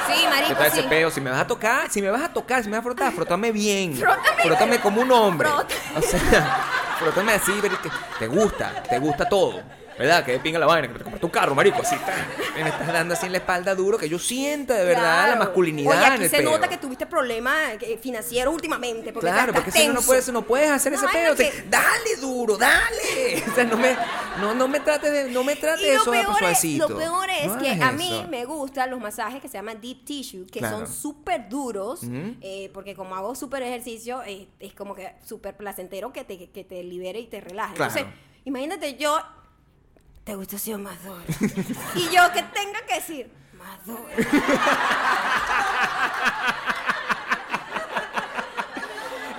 [SPEAKER 1] Sí,
[SPEAKER 2] qué
[SPEAKER 1] marico,
[SPEAKER 2] tal
[SPEAKER 1] Ah, sí.
[SPEAKER 2] ese peo. Si me vas a tocar, si me vas a tocar, si me vas a frotar, frotame bien.
[SPEAKER 1] Frótame.
[SPEAKER 2] como un hombre.
[SPEAKER 1] Frota.
[SPEAKER 2] O sea, frotame así, pero que te gusta, te gusta todo. ¿Verdad? Que de pinga la vaina, que te compraste un carro, marico, así. ta. Me estás dando así en la espalda duro, que yo sienta de verdad
[SPEAKER 1] Claro.
[SPEAKER 2] la masculinidad
[SPEAKER 1] Oye, aquí
[SPEAKER 2] en el
[SPEAKER 1] se
[SPEAKER 2] peo.
[SPEAKER 1] nota que tuviste problemas eh, financieros últimamente. Porque
[SPEAKER 2] Claro,
[SPEAKER 1] estás
[SPEAKER 2] porque si no, no
[SPEAKER 1] tenso.
[SPEAKER 2] puedes, no puedes hacer
[SPEAKER 1] No,
[SPEAKER 2] ese
[SPEAKER 1] es
[SPEAKER 2] pedo.
[SPEAKER 1] que-
[SPEAKER 2] te- Dale duro, dale. O sea, no me, no, no me trates de, no me trates
[SPEAKER 1] Y
[SPEAKER 2] de
[SPEAKER 1] lo
[SPEAKER 2] eso a
[SPEAKER 1] peor, es,
[SPEAKER 2] suavecito.
[SPEAKER 1] lo peor es
[SPEAKER 2] No
[SPEAKER 1] que
[SPEAKER 2] hagas
[SPEAKER 1] a mí
[SPEAKER 2] eso.
[SPEAKER 1] me gustan los masajes que se llaman deep tissue, que
[SPEAKER 2] Claro.
[SPEAKER 1] son súper duros, eh, porque como hago súper ejercicio, eh, es como que súper placentero que te, que te libere y te relaje.
[SPEAKER 2] Claro.
[SPEAKER 1] Entonces, imagínate yo, te gusta ser más duro. y yo que tenga que decir, más duro.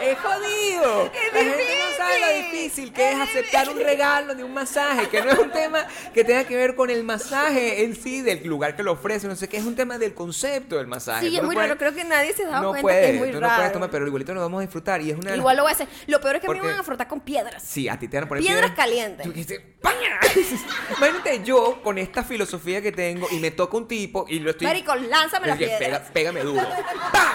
[SPEAKER 2] Es jodido.
[SPEAKER 1] Es
[SPEAKER 2] La gente
[SPEAKER 1] difícil.
[SPEAKER 2] no sabes lo difícil que es aceptar un regalo de un masaje, que no es un tema que tenga que ver con el masaje en sí, del lugar que lo ofrece, no sé qué, es un tema del concepto del masaje.
[SPEAKER 1] Sí,
[SPEAKER 2] Tú
[SPEAKER 1] es
[SPEAKER 2] no
[SPEAKER 1] muy
[SPEAKER 2] puedes-
[SPEAKER 1] raro. Creo que nadie se ha dado
[SPEAKER 2] no
[SPEAKER 1] cuenta
[SPEAKER 2] puedes,
[SPEAKER 1] que es muy
[SPEAKER 2] tú no
[SPEAKER 1] raro.
[SPEAKER 2] puedes tomar, pero igualito lo vamos a disfrutar y es una de las-
[SPEAKER 1] Igual lo voy a hacer. Lo peor es que me
[SPEAKER 2] Porque-
[SPEAKER 1] van a frotar con piedras.
[SPEAKER 2] Sí, a ti te van a poner
[SPEAKER 1] Piedras calientes.
[SPEAKER 2] Tú dijiste, ¡pam! Imagínate yo con esta filosofía que tengo y me toca un tipo y lo estoy.
[SPEAKER 1] Marico, lánzame las
[SPEAKER 2] Es que
[SPEAKER 1] piedras.
[SPEAKER 2] pega- pégame duro. ¡Pam!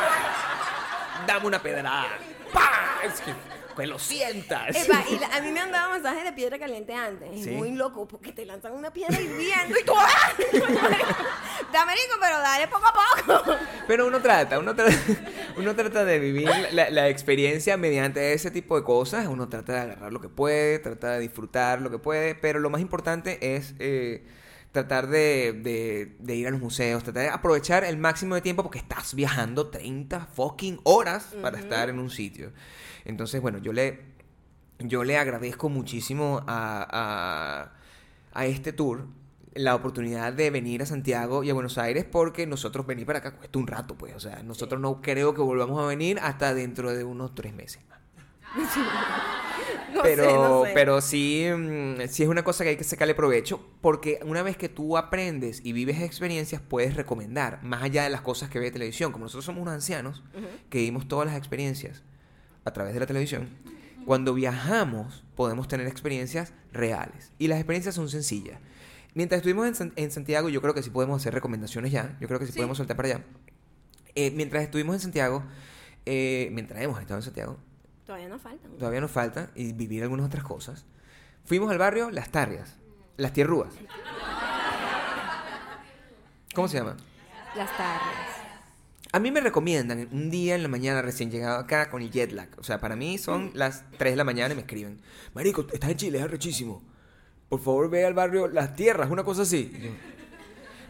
[SPEAKER 2] Dame una pedrada. ¡Pam! Es que, que lo sientas.
[SPEAKER 1] Epa, y la- a mí me han dado masajes de piedra caliente antes. Es
[SPEAKER 2] Sí.
[SPEAKER 1] muy loco porque te lanzan una piedra hirviendo y tú ¡ah! Dame rico, pero dale poco a poco.
[SPEAKER 2] Pero uno trata, uno trata, uno trata de vivir la, la experiencia mediante ese tipo de cosas. Uno trata de agarrar lo que puede, trata de disfrutar lo que puede, pero lo más importante es eh, tratar de, de- de ir a los museos, tratar de aprovechar el máximo de tiempo porque estás viajando 30 fucking horas para estar en un sitio. Entonces, bueno, yo le, yo le agradezco muchísimo a, a- a este tour la oportunidad de venir a Santiago y a Buenos Aires porque nosotros venir para acá cuesta un rato, pues. O sea, nosotros no creo que volvamos a venir hasta dentro de unos tres meses.
[SPEAKER 1] No
[SPEAKER 2] pero,
[SPEAKER 1] sé, no sé.
[SPEAKER 2] pero sí, mm, sí es una cosa que hay que sacarle provecho porque una vez que tú aprendes y vives experiencias, puedes recomendar, más allá de las cosas que ve televisión. Como nosotros somos unos ancianos que vimos todas las experiencias a través de la televisión, cuando viajamos podemos tener experiencias reales. Y las experiencias son sencillas. Mientras estuvimos en, San- en Santiago, yo creo que sí podemos hacer recomendaciones ya. Yo creo que sí, podemos soltar para allá. Eh, mientras estuvimos en Santiago, eh, mientras hemos estado en Santiago,
[SPEAKER 1] Todavía nos faltan.
[SPEAKER 2] todavía nos falta y vivir algunas otras cosas. Fuimos al barrio Las Tarrias, Las Tierrúas. ¿Cómo se llama?
[SPEAKER 1] Las tardes.
[SPEAKER 2] A mí me recomiendan un día en la mañana recién llegado acá con el jet lag. O sea, para mí
[SPEAKER 1] Mm.
[SPEAKER 2] son las 3 de la mañana y me escriben, Marico, estás en Chile, es arrechísimo. Por favor, ve al barrio Las Tierras, una cosa así. Y yo,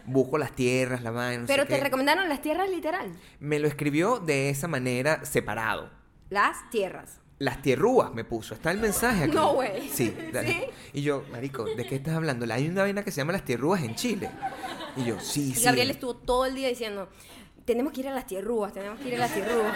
[SPEAKER 2] busco las tierras, la vaina. no sé
[SPEAKER 1] Pero te
[SPEAKER 2] qué.
[SPEAKER 1] recomendaron las tierras literal.
[SPEAKER 2] Me lo escribió de esa manera separado.
[SPEAKER 1] Las tierras.
[SPEAKER 2] Las tierrúas me puso. Está el mensaje aquí.
[SPEAKER 1] No, güey.
[SPEAKER 2] Sí, dale.
[SPEAKER 1] ¿Sí?
[SPEAKER 2] Y yo, marico, ¿de qué estás hablando? Hay una vaina que se llama las tierrúas en Chile. Y yo, sí,
[SPEAKER 1] Y
[SPEAKER 2] sí.
[SPEAKER 1] Gabriel estuvo todo el día diciendo, tenemos que ir a las tierrúas, tenemos que ir a las tierrúas.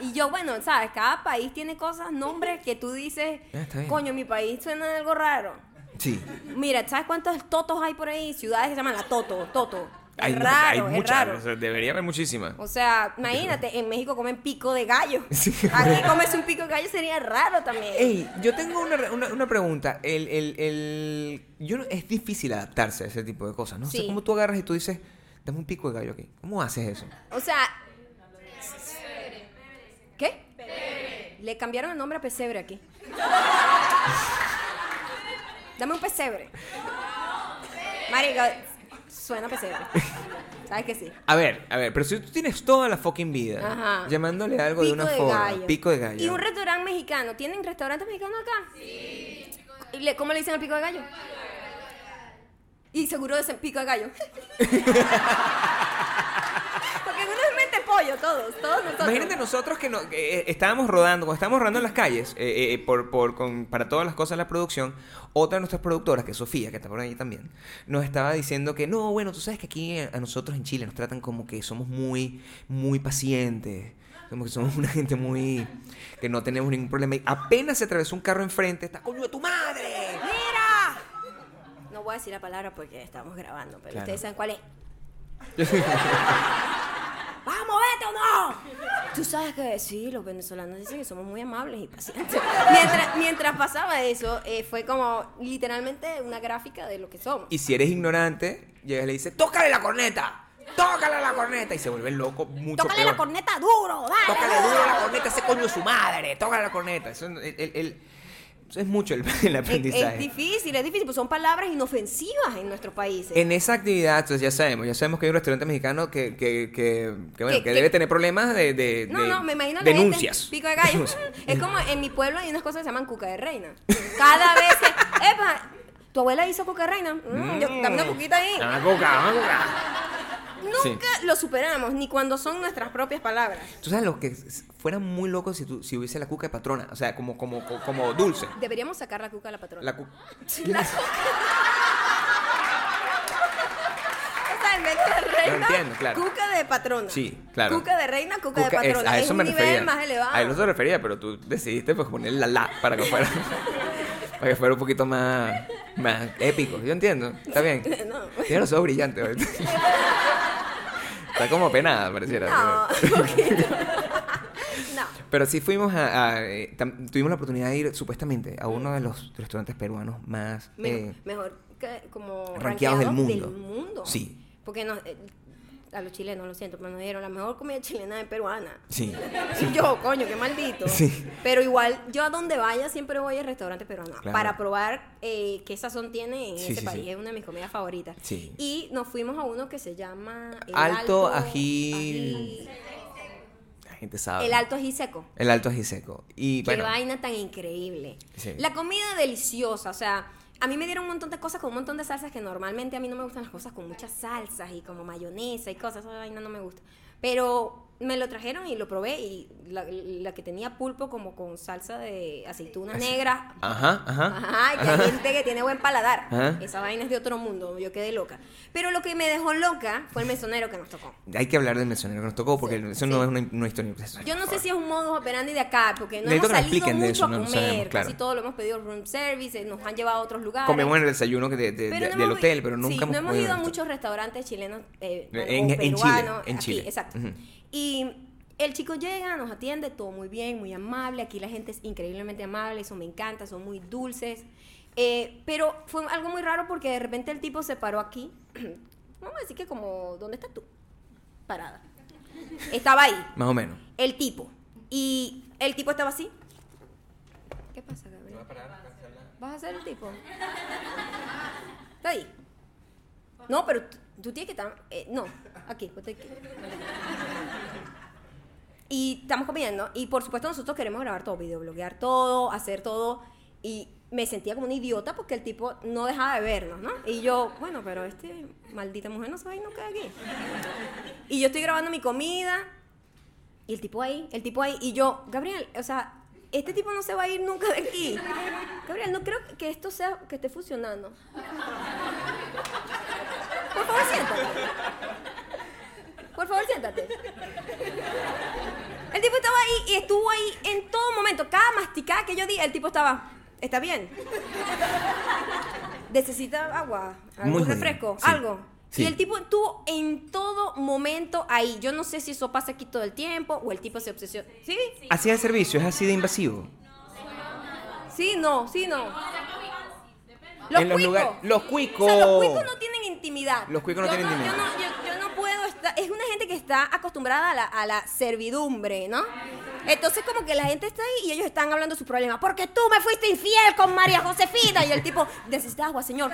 [SPEAKER 1] Y yo, bueno, sabes, cada país tiene cosas, nombres que tú dices,
[SPEAKER 2] Ah, está bien.
[SPEAKER 1] coño, mi país suena algo raro.
[SPEAKER 2] Sí.
[SPEAKER 1] Mira, ¿sabes cuántos totos hay por ahí? Ciudades que se llaman la Toto, Toto. Es
[SPEAKER 2] Hay, hay
[SPEAKER 1] raro, es
[SPEAKER 2] muchas,
[SPEAKER 1] raro.
[SPEAKER 2] o sea, debería haber muchísimas.
[SPEAKER 1] O sea, imagínate, en México comen pico de gallo.
[SPEAKER 2] Sí.
[SPEAKER 1] Aquí comerse un pico de gallo sería raro también.
[SPEAKER 2] Ey, yo tengo una, re- una- una pregunta. El, el- el- yo no- es difícil adaptarse a ese tipo de cosas, ¿no? O
[SPEAKER 1] Sí.
[SPEAKER 2] sea, ¿cómo tú agarras y tú dices, dame un pico de gallo aquí? ¿Cómo haces eso?
[SPEAKER 1] O sea. ¿Qué? Le cambiaron el nombre a pesebre aquí. Dame un pesebre. Marica, suena pesebre. ¿Sabes que sí?
[SPEAKER 2] A ver, a ver, pero si tú tienes toda la fucking vida
[SPEAKER 1] Ajá.
[SPEAKER 2] llamándole algo de una forma, pico de gallo.
[SPEAKER 1] Y un restaurante mexicano. ¿Tienen restaurante mexicano acá? Sí. ¿Cómo le dicen al pico de gallo? Y seguro dicen pico de gallo. Porque uno es mente pollo, todos, todos nosotros.
[SPEAKER 2] Imagínate nosotros que, no- que, eh, estábamos rodando, cuando estábamos rodando en las calles, eh, eh, por, por- con- para todas las cosas de la producción, otra de nuestras productoras, que es Sofía, que está por ahí también, nos estaba diciendo que, no, bueno, tú sabes que aquí eh, a nosotros en Chile nos tratan como que somos muy, muy pacientes, como que somos una gente muy, que no tenemos ningún problema. Y apenas se atravesó un carro enfrente, está coño de tu madre.
[SPEAKER 1] ¡Mira! No voy a decir la palabra porque estamos grabando, pero
[SPEAKER 2] Claro.
[SPEAKER 1] ustedes saben cuál es. ¡Vamos, vete o no! Tú sabes que sí, los venezolanos dicen que somos muy amables y pacientes. Mientras, mientras pasaba eso, eh, fue como literalmente una gráfica de lo que somos.
[SPEAKER 2] Y si eres ignorante, llegas y le dices, tócale la corneta, tócale la corneta, y se vuelve loco mucho
[SPEAKER 1] ¡Tócale
[SPEAKER 2] peor.
[SPEAKER 1] la corneta duro! ¡Dale!
[SPEAKER 2] Tócale
[SPEAKER 1] duro!
[SPEAKER 2] duro la corneta, ese coño es su madre. Tócale la corneta. Eso, no- el- el- el- eso es mucho el, el
[SPEAKER 1] Es, es
[SPEAKER 2] aprendizaje.
[SPEAKER 1] difícil, es difícil, pues son palabras inofensivas en nuestros países.
[SPEAKER 2] en esa actividad, entonces, ya sabemos, ya sabemos que hay un restaurante mexicano que, que, que, que, bueno,
[SPEAKER 1] Que-
[SPEAKER 2] que,
[SPEAKER 1] que-
[SPEAKER 2] debe tener problemas de, de-
[SPEAKER 1] No,
[SPEAKER 2] de
[SPEAKER 1] no, me imagino la
[SPEAKER 2] denuncias.
[SPEAKER 1] gente, pico de gallo. es como en mi pueblo hay unas cosas que se llaman cuca de reina. Cada vez que, epa, tu abuela hizo cuca de reina. Mm, Yo también una cuquita ahí.
[SPEAKER 2] Ah, coca, ah, coca.
[SPEAKER 1] Nunca lo superamos, ni cuando son nuestras propias palabras.
[SPEAKER 2] Tú sabes lo que s- fuera muy loco si, tú- si hubiese la cuca de patrona, o sea, como, como, co- como dulce.
[SPEAKER 1] Deberíamos sacar la cuca de la patrona.
[SPEAKER 2] La cu-
[SPEAKER 1] La cuca. o sea, en vez de
[SPEAKER 2] No entiendo, claro.
[SPEAKER 1] Cuca de patrona.
[SPEAKER 2] Sí, claro.
[SPEAKER 1] Cuca de reina, cuca, de
[SPEAKER 2] Cuca, es-
[SPEAKER 1] patrona.
[SPEAKER 2] a
[SPEAKER 1] Es,
[SPEAKER 2] eso
[SPEAKER 1] un
[SPEAKER 2] me
[SPEAKER 1] nivel
[SPEAKER 2] refería.
[SPEAKER 1] más elevado.
[SPEAKER 2] A eso se refería, pero tú decidiste pues poner la la para que fuera para que fuera un poquito más más épico. Yo entiendo, está bien.
[SPEAKER 1] No. pues.
[SPEAKER 2] Tiene los ojos brillantes. ahorita. Está como penada, pareciera.
[SPEAKER 1] No, poquito. no.
[SPEAKER 2] Pero sí fuimos a, a, eh, tam- tuvimos la oportunidad de ir supuestamente a uno de los restaurantes peruanos más
[SPEAKER 1] Me-
[SPEAKER 2] eh,
[SPEAKER 1] mejor que como
[SPEAKER 2] ranqueados del mundo.
[SPEAKER 1] mundo.
[SPEAKER 2] Sí.
[SPEAKER 1] Porque nos, eh, a los chilenos, lo siento, pero nos dieron la mejor comida chilena es peruana.
[SPEAKER 2] sí.
[SPEAKER 1] Y yo, coño, qué maldito.
[SPEAKER 2] Sí.
[SPEAKER 1] Pero igual, yo a donde vaya siempre voy al restaurante peruano
[SPEAKER 2] Claro.
[SPEAKER 1] para probar eh, qué sazón tiene en
[SPEAKER 2] Sí,
[SPEAKER 1] ese
[SPEAKER 2] sí,
[SPEAKER 1] país.
[SPEAKER 2] sí.
[SPEAKER 1] Es una de mis comidas favoritas.
[SPEAKER 2] Sí.
[SPEAKER 1] Y nos fuimos a uno que se llama... el
[SPEAKER 2] Alto ají- Ah.
[SPEAKER 1] ají-
[SPEAKER 2] La gente sabe.
[SPEAKER 1] El alto ají seco.
[SPEAKER 2] El alto ají seco. Y
[SPEAKER 1] Qué
[SPEAKER 2] bueno,
[SPEAKER 1] vaina tan increíble.
[SPEAKER 2] Sí.
[SPEAKER 1] La comida deliciosa, o sea, a mí me dieron un montón de cosas con un montón de salsas que normalmente a mí no me gustan las cosas con muchas salsas y como mayonesa y cosas, esa vaina no me gusta. Pero me lo trajeron y lo probé y la, la que tenía pulpo como con salsa de aceituna negra.
[SPEAKER 2] ajá, Ah. ajá.
[SPEAKER 1] Ajá, que hay gente que tiene buen paladar.
[SPEAKER 2] Ajá.
[SPEAKER 1] Esa vaina es de otro mundo, yo quedé loca. Pero lo que me dejó loca fue el mesonero que nos tocó.
[SPEAKER 2] Hay que hablar del mesonero que nos tocó porque eso no es una, una historia impresionante.
[SPEAKER 1] Yo no sé si es un modus operandi de acá, porque no
[SPEAKER 2] Necesito
[SPEAKER 1] hemos
[SPEAKER 2] que me
[SPEAKER 1] salido
[SPEAKER 2] expliquen de
[SPEAKER 1] mucho
[SPEAKER 2] eso,
[SPEAKER 1] a
[SPEAKER 2] no lo
[SPEAKER 1] comer.
[SPEAKER 2] sabemos, claro.
[SPEAKER 1] Casi todo lo hemos pedido room service, eh, nos han llevado a otros lugares.
[SPEAKER 2] Comemos en el desayuno que de- de-
[SPEAKER 1] Pero
[SPEAKER 2] de-
[SPEAKER 1] no
[SPEAKER 2] del
[SPEAKER 1] hemos-
[SPEAKER 2] hotel, pero nunca
[SPEAKER 1] sí, no hemos
[SPEAKER 2] podido
[SPEAKER 1] ido a
[SPEAKER 2] ver esto.
[SPEAKER 1] muchos restaurantes chilenos eh,
[SPEAKER 2] En-
[SPEAKER 1] o
[SPEAKER 2] en- en Chile,
[SPEAKER 1] peruanos,
[SPEAKER 2] en
[SPEAKER 1] aquí,
[SPEAKER 2] Chile.
[SPEAKER 1] exacto.
[SPEAKER 2] Ujú.
[SPEAKER 1] Y el chico llega, nos atiende, todo muy bien, muy amable. Aquí la gente es increíblemente amable, eso me encanta, son muy dulces. Eh, pero fue algo muy raro porque de repente el tipo se paró aquí. Vamos a decir que como, ¿dónde estás tú? Parada. Estaba ahí
[SPEAKER 2] Más o menos.
[SPEAKER 1] el tipo. Y el tipo estaba así. ¿Qué pasa, Gabriel? ¿Vas a ser el tipo? Está ahí. No, pero tú- tú tienes que estar... eh, no, aquí, ponte aquí. Y estamos comiendo. Y por supuesto nosotros queremos grabar todo, videobloguear todo, hacer todo. Y me sentía como una idiota porque el tipo no dejaba de vernos, ¿no? Y yo, bueno, pero este maldita mujer no sabe y no queda aquí. Y yo estoy grabando mi comida. Y el tipo ahí, el tipo ahí. Y yo, Gabriel, o sea, este tipo no se va a ir nunca de aquí. Gabriel, no creo que esto sea, que esté funcionando. Por favor, siéntate. Por favor, siéntate. El tipo estaba ahí y estuvo ahí en todo momento. Cada masticada que yo di, el tipo estaba, ¿está bien? ¿Necesita agua?
[SPEAKER 2] Muy
[SPEAKER 1] ¿Algún
[SPEAKER 2] jodido,
[SPEAKER 1] refresco?
[SPEAKER 2] sí.
[SPEAKER 1] ¿Algo?
[SPEAKER 2] Sí.
[SPEAKER 1] Y el tipo estuvo en todo momento ahí. Yo no sé si eso pasa aquí todo el tiempo o el tipo se obsesiona. ¿Sí?
[SPEAKER 2] Así de servicio, es así de invasivo.
[SPEAKER 1] Sí, no, sí, no.
[SPEAKER 2] En los
[SPEAKER 1] cuicos.
[SPEAKER 2] lugar- los cuicos.
[SPEAKER 1] O sea, los cuicos no tienen intimidad.
[SPEAKER 2] Los cuicos no
[SPEAKER 1] Yo
[SPEAKER 2] tienen
[SPEAKER 1] Yo
[SPEAKER 2] intimidad.
[SPEAKER 1] no, yo- yo no puedo estar. Es una gente que está acostumbrada a la, a la servidumbre, ¿no? Entonces, como que la gente está ahí y ellos están hablando de sus problemas. Porque tú me fuiste infiel con María Josefina. Y el tipo, necesitas agua, señor.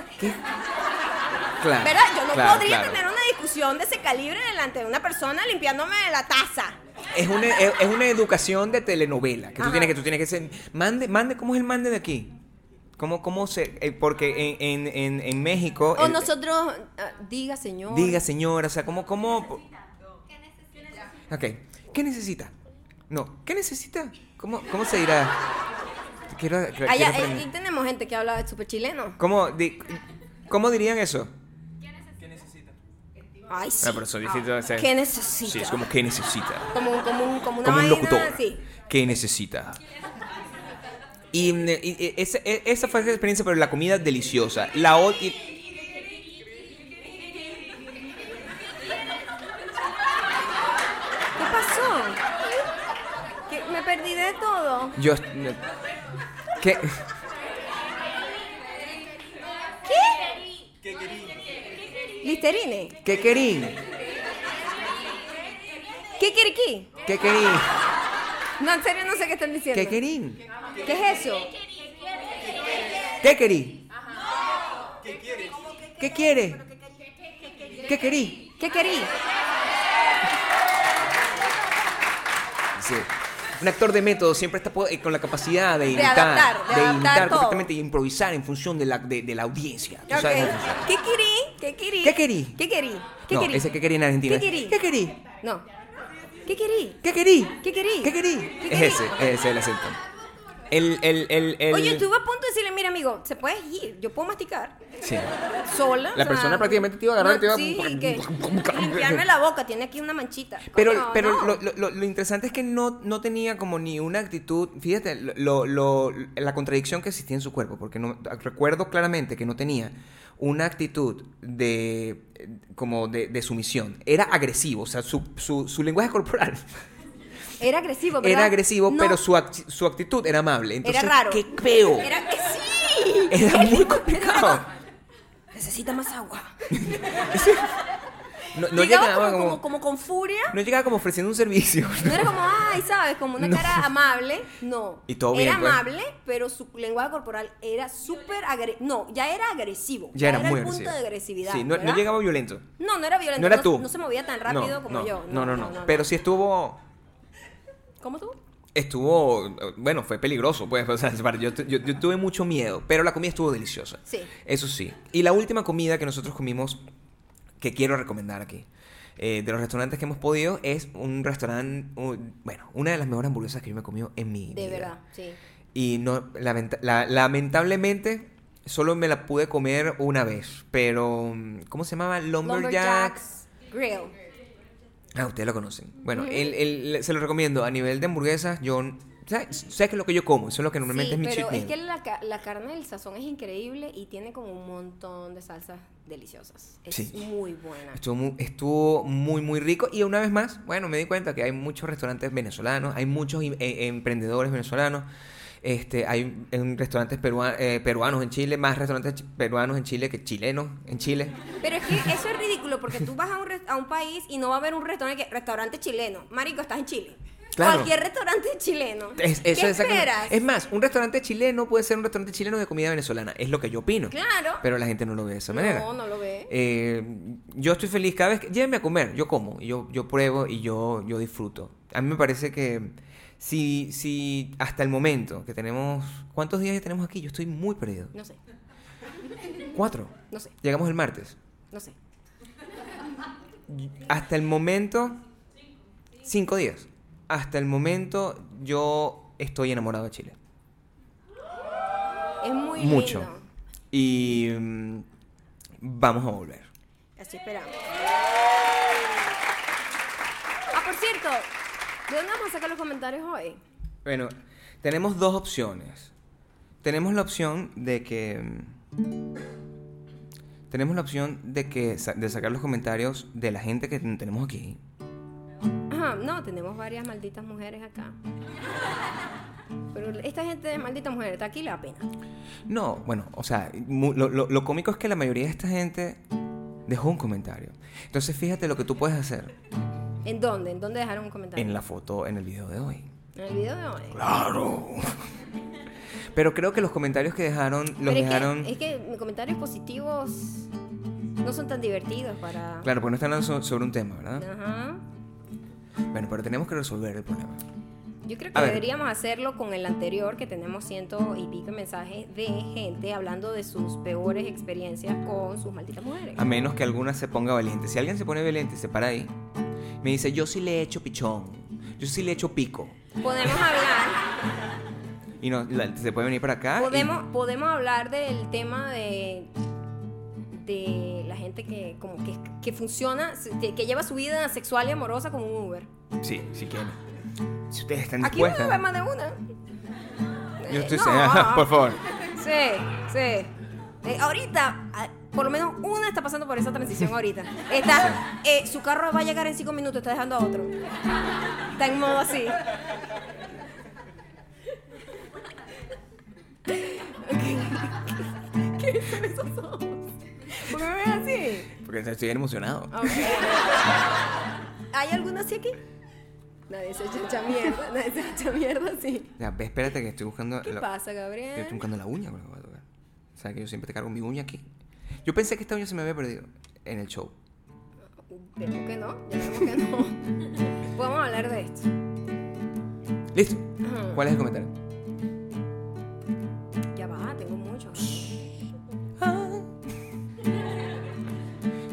[SPEAKER 2] Claro.
[SPEAKER 1] ¿Verdad? Yo no
[SPEAKER 2] claro,
[SPEAKER 1] podría
[SPEAKER 2] claro.
[SPEAKER 1] tener una discusión de ese calibre delante de una persona limpiándome la taza.
[SPEAKER 2] Es una, es, es una educación de telenovela. Que tú
[SPEAKER 1] Ajá.
[SPEAKER 2] tienes que, tú tienes que ser. Mande, mande, ¿cómo es el mande de aquí? ¿Cómo, cómo se.? eh, porque en, en, en, en México.
[SPEAKER 1] O
[SPEAKER 2] el-
[SPEAKER 1] nosotros, ah, diga, señor.
[SPEAKER 2] Diga, señora, o sea, ¿cómo, cómo? Ok. ¿Qué necesita? No, ¿qué necesita? ¿Cómo, cómo se dirá? Quiero, quiero
[SPEAKER 1] Allá, eh,
[SPEAKER 2] aprender.
[SPEAKER 1] aquí tenemos gente que habla súper chileno.
[SPEAKER 2] ¿Cómo, di- ¿Cómo dirían eso?
[SPEAKER 1] Ay, sí.
[SPEAKER 2] pero eso necesita
[SPEAKER 1] Ah,
[SPEAKER 2] ser-
[SPEAKER 1] ¿Qué necesita?
[SPEAKER 2] Sí, es como ¿qué necesita?
[SPEAKER 1] como, un- como un- como una
[SPEAKER 2] Como
[SPEAKER 1] vaina
[SPEAKER 2] un locutor.
[SPEAKER 1] así.
[SPEAKER 2] ¿Qué necesita? Y, mm, y- y esa, e- esa fue la experiencia, pero la comida deliciosa. La o- y-
[SPEAKER 1] ¿Qué pasó? Que me perdí de todo.
[SPEAKER 2] yo... mm, ¿Qué?
[SPEAKER 1] Listerine.
[SPEAKER 2] ¿Qué querín?
[SPEAKER 1] ¿Qué quiriquí?
[SPEAKER 2] ¿Qué querín?
[SPEAKER 1] No, en serio no sé qué están diciendo.
[SPEAKER 2] ¿Qué querín?
[SPEAKER 1] ¿Qué es eso?
[SPEAKER 2] ¿Qué querí? ¿Qué quiere? ¿Qué querí?
[SPEAKER 1] ¿Qué querí?
[SPEAKER 2] Sí. Un actor de método siempre está po- eh, con la capacidad de imitar,
[SPEAKER 1] adaptar, de adaptar
[SPEAKER 2] imitar
[SPEAKER 1] todo.
[SPEAKER 2] correctamente y improvisar en función de la, de, de la audiencia. Tú
[SPEAKER 1] Ok.
[SPEAKER 2] sabes cómo funciona.
[SPEAKER 1] ¿Qué querí? ¿Qué querí?
[SPEAKER 2] ¿Qué querí?
[SPEAKER 1] ¿Qué querí? ¿Qué
[SPEAKER 2] no,
[SPEAKER 1] querí?
[SPEAKER 2] ese que querí en Argentina.
[SPEAKER 1] ¿Qué querí?
[SPEAKER 2] ¿Qué querí?
[SPEAKER 1] No. ¿Qué querí?
[SPEAKER 2] ¿Qué querí?
[SPEAKER 1] ¿Qué querí?
[SPEAKER 2] ¿Qué querí?
[SPEAKER 1] ¿Qué
[SPEAKER 2] Es
[SPEAKER 1] querí?
[SPEAKER 2] ese, es ese el acento. El, el, el, el-
[SPEAKER 1] Oye, estuve a punto de decirle, mira, amigo, se puedes ir, yo puedo masticar
[SPEAKER 2] Sí.
[SPEAKER 1] sola. o sea,
[SPEAKER 2] persona prácticamente te iba a agarrar y te iba a-
[SPEAKER 1] Sí, y que limpiarme la boca, tiene aquí una manchita.
[SPEAKER 2] Pero,
[SPEAKER 1] Coño,
[SPEAKER 2] pero
[SPEAKER 1] no.
[SPEAKER 2] lo, lo- lo- lo interesante es que no, no tenía como ni una actitud, fíjate, lo, lo- la contradicción que existía en su cuerpo, porque no, recuerdo claramente que no tenía una actitud de como de, de sumisión, era agresivo, o sea, su, su, su lenguaje corporal
[SPEAKER 1] Era agresivo, ¿verdad?
[SPEAKER 2] era agresivo,
[SPEAKER 1] No,
[SPEAKER 2] pero su, act- su actitud era amable. Entonces,
[SPEAKER 1] Era raro.
[SPEAKER 2] ¡Qué peo! Era,
[SPEAKER 1] Era que sí.
[SPEAKER 2] muy complicado.
[SPEAKER 1] Necesita más agua.
[SPEAKER 2] No, no
[SPEAKER 1] Llegaba
[SPEAKER 2] llegaba
[SPEAKER 1] como,
[SPEAKER 2] como,
[SPEAKER 1] como, como con furia.
[SPEAKER 2] no llegaba como ofreciendo un servicio.
[SPEAKER 1] No era como, ay, ¿sabes? Como una cara amable. No.
[SPEAKER 2] Y todo
[SPEAKER 1] Era
[SPEAKER 2] bien, pues.
[SPEAKER 1] amable, pero su lenguaje corporal era súper agresivo. No, ya era agresivo.
[SPEAKER 2] Ya era, muy
[SPEAKER 1] el punto
[SPEAKER 2] agresivo.
[SPEAKER 1] de agresividad.
[SPEAKER 2] Sí, no, no
[SPEAKER 1] ¿verdad?
[SPEAKER 2] llegaba violento.
[SPEAKER 1] No, no era violento.
[SPEAKER 2] No era tú.
[SPEAKER 1] No, se movía tan rápido
[SPEAKER 2] No,
[SPEAKER 1] como
[SPEAKER 2] no,
[SPEAKER 1] yo.
[SPEAKER 2] No no no, Pero sí estuvo.
[SPEAKER 1] ¿Cómo tú?
[SPEAKER 2] Estuvo. eh, Bueno, fue peligroso, pues. o sea, para- yo, tu- yo- yo tuve mucho miedo, pero la comida estuvo deliciosa.
[SPEAKER 1] Sí.
[SPEAKER 2] Eso sí. Y la última comida que nosotros comimos, que quiero recomendar aquí, eh, de los restaurantes que hemos podido, es un restaurante. un- bueno, una de las mejores hamburguesas que yo me he comido en mi
[SPEAKER 1] De
[SPEAKER 2] vida.
[SPEAKER 1] verdad, sí.
[SPEAKER 2] Y no, lamenta- la- lamentablemente solo me la pude comer una vez, pero mm, ¿cómo se llamaba? Lumberjacks.
[SPEAKER 1] Lumberjacks Grill.
[SPEAKER 2] Ah, ustedes lo conocen. Bueno, el- el- le- se lo recomiendo a nivel de hamburguesas. Yo, ¿sabes, ¿sabes qué es lo que yo como? Eso es lo que normalmente
[SPEAKER 1] Sí,
[SPEAKER 2] es mi
[SPEAKER 1] pero
[SPEAKER 2] cheat
[SPEAKER 1] es
[SPEAKER 2] meal.
[SPEAKER 1] que la, ca- la carne del sazón es increíble y tiene como un montón de salsas deliciosas. Es
[SPEAKER 2] Sí.
[SPEAKER 1] muy buena.
[SPEAKER 2] Estuvo muy, estuvo muy, muy rico. Y una vez más, bueno, me di cuenta que hay muchos restaurantes venezolanos, hay muchos em- eh, emprendedores venezolanos. Este, hay em, restaurantes perua- eh, peruanos en Chile, más restaurantes chi- peruanos en Chile que chilenos en Chile.
[SPEAKER 1] Pero es que eso es ridículo porque tú vas a un, res- a un país y no va a haber un restaurante que restaurante chileno. Marico, estás en Chile.
[SPEAKER 2] Claro.
[SPEAKER 1] Cualquier restaurante chileno.
[SPEAKER 2] Es, eso
[SPEAKER 1] ¿Qué
[SPEAKER 2] exactamente-
[SPEAKER 1] esperas?
[SPEAKER 2] es más, un restaurante chileno puede ser un restaurante chileno de comida venezolana. Es lo que yo opino.
[SPEAKER 1] Claro.
[SPEAKER 2] Pero la gente no lo ve de esa
[SPEAKER 1] No,
[SPEAKER 2] manera.
[SPEAKER 1] no lo ve.
[SPEAKER 2] Eh, yo estoy feliz cada vez que. Llévenme a comer. Yo como. y Yo, yo pruebo y yo, yo disfruto. A mí me parece que. Si, si hasta el momento que tenemos. ¿Cuántos días ya tenemos aquí? Yo estoy muy perdido.
[SPEAKER 1] No sé,
[SPEAKER 2] Cuatro.
[SPEAKER 1] no sé,
[SPEAKER 2] Llegamos el martes.
[SPEAKER 1] no sé.
[SPEAKER 2] Hasta el momento. Cinco días. Hasta el momento yo estoy enamorado de Chile.
[SPEAKER 1] Es muy
[SPEAKER 2] mucho.
[SPEAKER 1] lindo.
[SPEAKER 2] Y mm, vamos a volver.
[SPEAKER 1] Así esperamos. Ah, por cierto, ¿de dónde vamos a sacar los comentarios hoy?
[SPEAKER 2] Bueno, tenemos dos opciones. Tenemos la opción de que mm, tenemos la opción de que sa- de sacar los comentarios de la gente que ten- tenemos aquí.
[SPEAKER 1] Ajá, no, tenemos varias malditas mujeres acá. Pero esta gente de malditas mujeres está aquí la pena.
[SPEAKER 2] No, bueno, o sea, mu- lo, lo- lo cómico es que la mayoría de esta gente dejó un comentario. Entonces, fíjate lo que tú puedes hacer
[SPEAKER 1] ¿En dónde? ¿En dónde dejaron un comentario?
[SPEAKER 2] en la foto, en el video de hoy.
[SPEAKER 1] En el video de hoy.
[SPEAKER 2] Claro. Pero creo que los comentarios que dejaron los
[SPEAKER 1] Pero es,
[SPEAKER 2] dejaron
[SPEAKER 1] que, es que mis comentarios positivos no son tan divertidos para.
[SPEAKER 2] Claro, porque no están hablando so- sobre un tema, ¿verdad?
[SPEAKER 1] Ajá.
[SPEAKER 2] Bueno, pero tenemos que resolver el problema.
[SPEAKER 1] Yo creo que
[SPEAKER 2] A ver.
[SPEAKER 1] deberíamos hacerlo con el anterior, que tenemos ciento y pico de mensajes de gente hablando de sus peores experiencias con sus malditas mujeres.
[SPEAKER 2] A menos que alguna se ponga valiente. Si alguien se pone valiente y se para ahí, me dice, yo sí le he hecho pichón, yo sí le he hecho pico.
[SPEAKER 1] Podemos hablar,
[SPEAKER 2] Y no, la- se puede venir para acá. Ah, y-
[SPEAKER 1] podemos, podemos hablar del tema de de la gente que como que, que funciona, que que lleva su vida sexual y amorosa como un Uber.
[SPEAKER 2] Sí, si quieren. Si ustedes están
[SPEAKER 1] Aquí uno ve
[SPEAKER 2] dispuestas.
[SPEAKER 1] más de una.
[SPEAKER 2] Pues, ¿eh?
[SPEAKER 1] Eh,
[SPEAKER 2] Yo estoy...
[SPEAKER 1] No.
[SPEAKER 2] seguro. por favor.
[SPEAKER 1] Sí, sí. Eh, ahorita, ah, por lo menos una está pasando por esa transición ahorita. Está, eh, su carro va a llegar en cinco minutos, está dejando a otro. Está en modo así. ¿Qué son esos ojos? ¿Por qué me ven así?
[SPEAKER 2] Porque estoy emocionado.
[SPEAKER 1] Ok. ¿Hay alguno así aquí? Nadie se echa mierda, nadie se echa mierda así.
[SPEAKER 2] Ya, ve, espérate que estoy buscando...
[SPEAKER 1] ¿Qué
[SPEAKER 2] la-
[SPEAKER 1] pasa,
[SPEAKER 2] Yo estoy
[SPEAKER 1] Gabriel?
[SPEAKER 2] buscando la uña con la que voy a tocar. O sea, que yo siempre te cargo mi uña aquí. Yo pensé que esta uña se me había perdido en el show.
[SPEAKER 1] Vemos que no, ya vemos que no. Podemos hablar de esto.
[SPEAKER 2] Listo. ¿Cuál es el comentario?
[SPEAKER 1] Ya va, tengo mucho.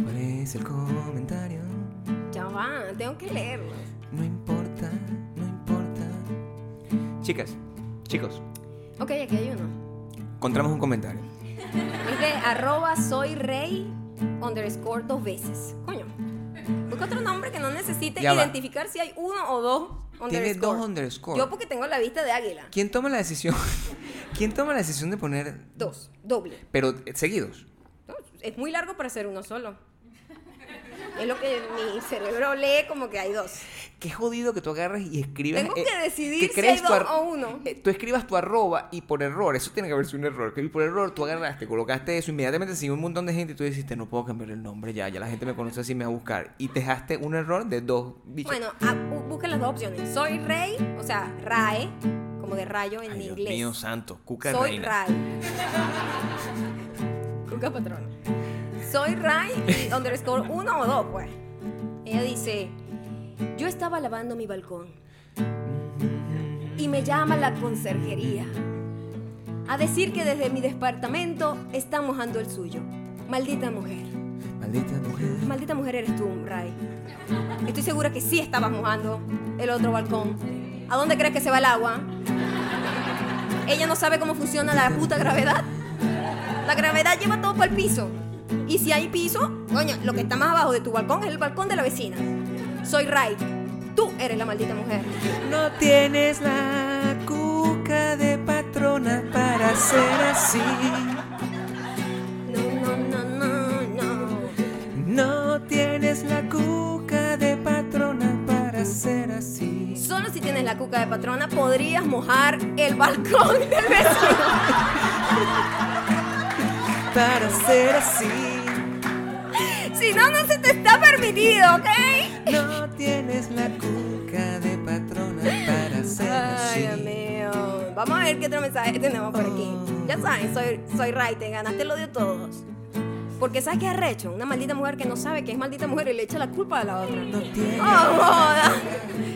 [SPEAKER 2] ¿Cuál es el comentario?
[SPEAKER 1] Ya va, tengo que leerlo.
[SPEAKER 2] No importa, no importa. Chicas, chicos,
[SPEAKER 1] Ok, aquí hay uno.
[SPEAKER 2] Encontramos un comentario.
[SPEAKER 1] Es de arroba soy rey underscore dos veces. Coño. Busca otro nombre que no necesite
[SPEAKER 2] Ya va.
[SPEAKER 1] identificar si hay uno o dos underscore.
[SPEAKER 2] Tiene dos underscore.
[SPEAKER 1] Yo porque tengo la vista de águila.
[SPEAKER 2] ¿Quién toma la decisión? ¿Quién toma la decisión de poner,
[SPEAKER 1] Dos, doble.
[SPEAKER 2] pero eh, seguidos?
[SPEAKER 1] No, Es muy largo para ser uno solo. Es lo que mi cerebro lee como que hay dos.
[SPEAKER 2] Qué jodido que tú agarres y escribas. eh,
[SPEAKER 1] Tengo que decidir si
[SPEAKER 2] crees
[SPEAKER 1] hay
[SPEAKER 2] tu
[SPEAKER 1] dos
[SPEAKER 2] ar-
[SPEAKER 1] o uno.
[SPEAKER 2] eh, tú escribas tu arroba y por error, eso tiene que haber sido un error. Que por error tú agarraste, colocaste eso, inmediatamente siguió un montón de gente y tú dijiste, no puedo cambiar el nombre ya, ya la gente me conoce así, me va a buscar. Y te dejaste un error de dos bichos.
[SPEAKER 1] Bueno, ah, bu- busquen las dos opciones. Soy rey, o sea, rae, como de rayo en
[SPEAKER 2] Ay, Dios
[SPEAKER 1] inglés.
[SPEAKER 2] mío santo, cuca
[SPEAKER 1] Soy
[SPEAKER 2] reina.
[SPEAKER 1] Ray. Cuca patrona. Soy Ray y underscore uno o dos, pues. Ella dice, yo estaba lavando mi balcón y me llama la conserjería a decir que desde mi departamento está mojando el suyo. Maldita mujer.
[SPEAKER 2] Maldita mujer.
[SPEAKER 1] Maldita mujer eres tú, Ray. Estoy segura que sí estabas mojando el otro balcón. ¿A dónde crees que se va el agua? Ella no sabe cómo funciona la puta gravedad. La gravedad lleva todo para el piso. Y si hay piso, coño, lo que está más abajo de tu balcón es el balcón de la vecina. Soy Ray. Tú eres la maldita mujer.
[SPEAKER 2] No tienes la cuca de patrona para ser así.
[SPEAKER 1] No, no, no, no, no.
[SPEAKER 2] No tienes la cuca de patrona para ser así.
[SPEAKER 1] Solo si tienes la cuca de patrona podrías mojar el balcón del vecino.
[SPEAKER 2] Para ser así.
[SPEAKER 1] Si no, no se te está permitido, ¿ok?
[SPEAKER 2] No tienes la cuca de patrona para ser
[SPEAKER 1] Ay,
[SPEAKER 2] así.
[SPEAKER 1] Dios mío. Vamos a ver qué otro mensaje tenemos por aquí.
[SPEAKER 2] Ah.
[SPEAKER 1] Ya saben, soy, soy Ray, te ganaste el odio de todos. Porque ¿sabes qué arrecho? Una maldita mujer que no sabe que es maldita mujer y le echa la culpa a la otra.
[SPEAKER 2] No tienes.
[SPEAKER 1] ¡Oh, joda!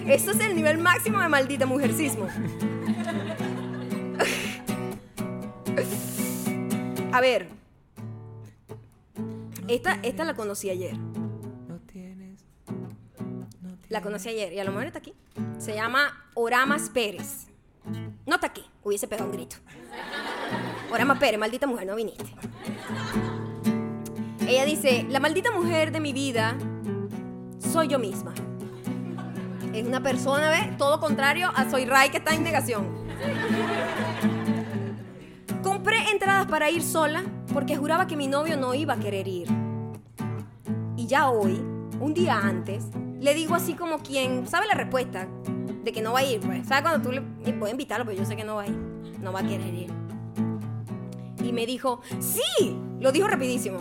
[SPEAKER 1] Esto es el nivel máximo de maldita mujercismo. A ver. Esta, esta la conocí ayer.
[SPEAKER 2] No tienes. No tienes.
[SPEAKER 1] La conocí ayer y a lo mejor está aquí. Se llama Oramas Pérez. No está aquí, hubiese pegado un grito. Oramas Pérez, maldita mujer, no viniste. Ella dice, la maldita mujer de mi vida soy yo misma. Es una persona, ¿ves? Todo contrario a Soy Ray que está en negación. Compré entradas para ir sola porque juraba que mi novio no iba a querer ir. Y ya hoy, un día antes, le digo así como quien sabe la respuesta de que no va a ir, pues. ¿Sabes cuando tú le y puedes invitarlo, pero yo sé que no va a ir? No va a querer ir. Y me dijo, ¡sí! Lo dijo rapidísimo.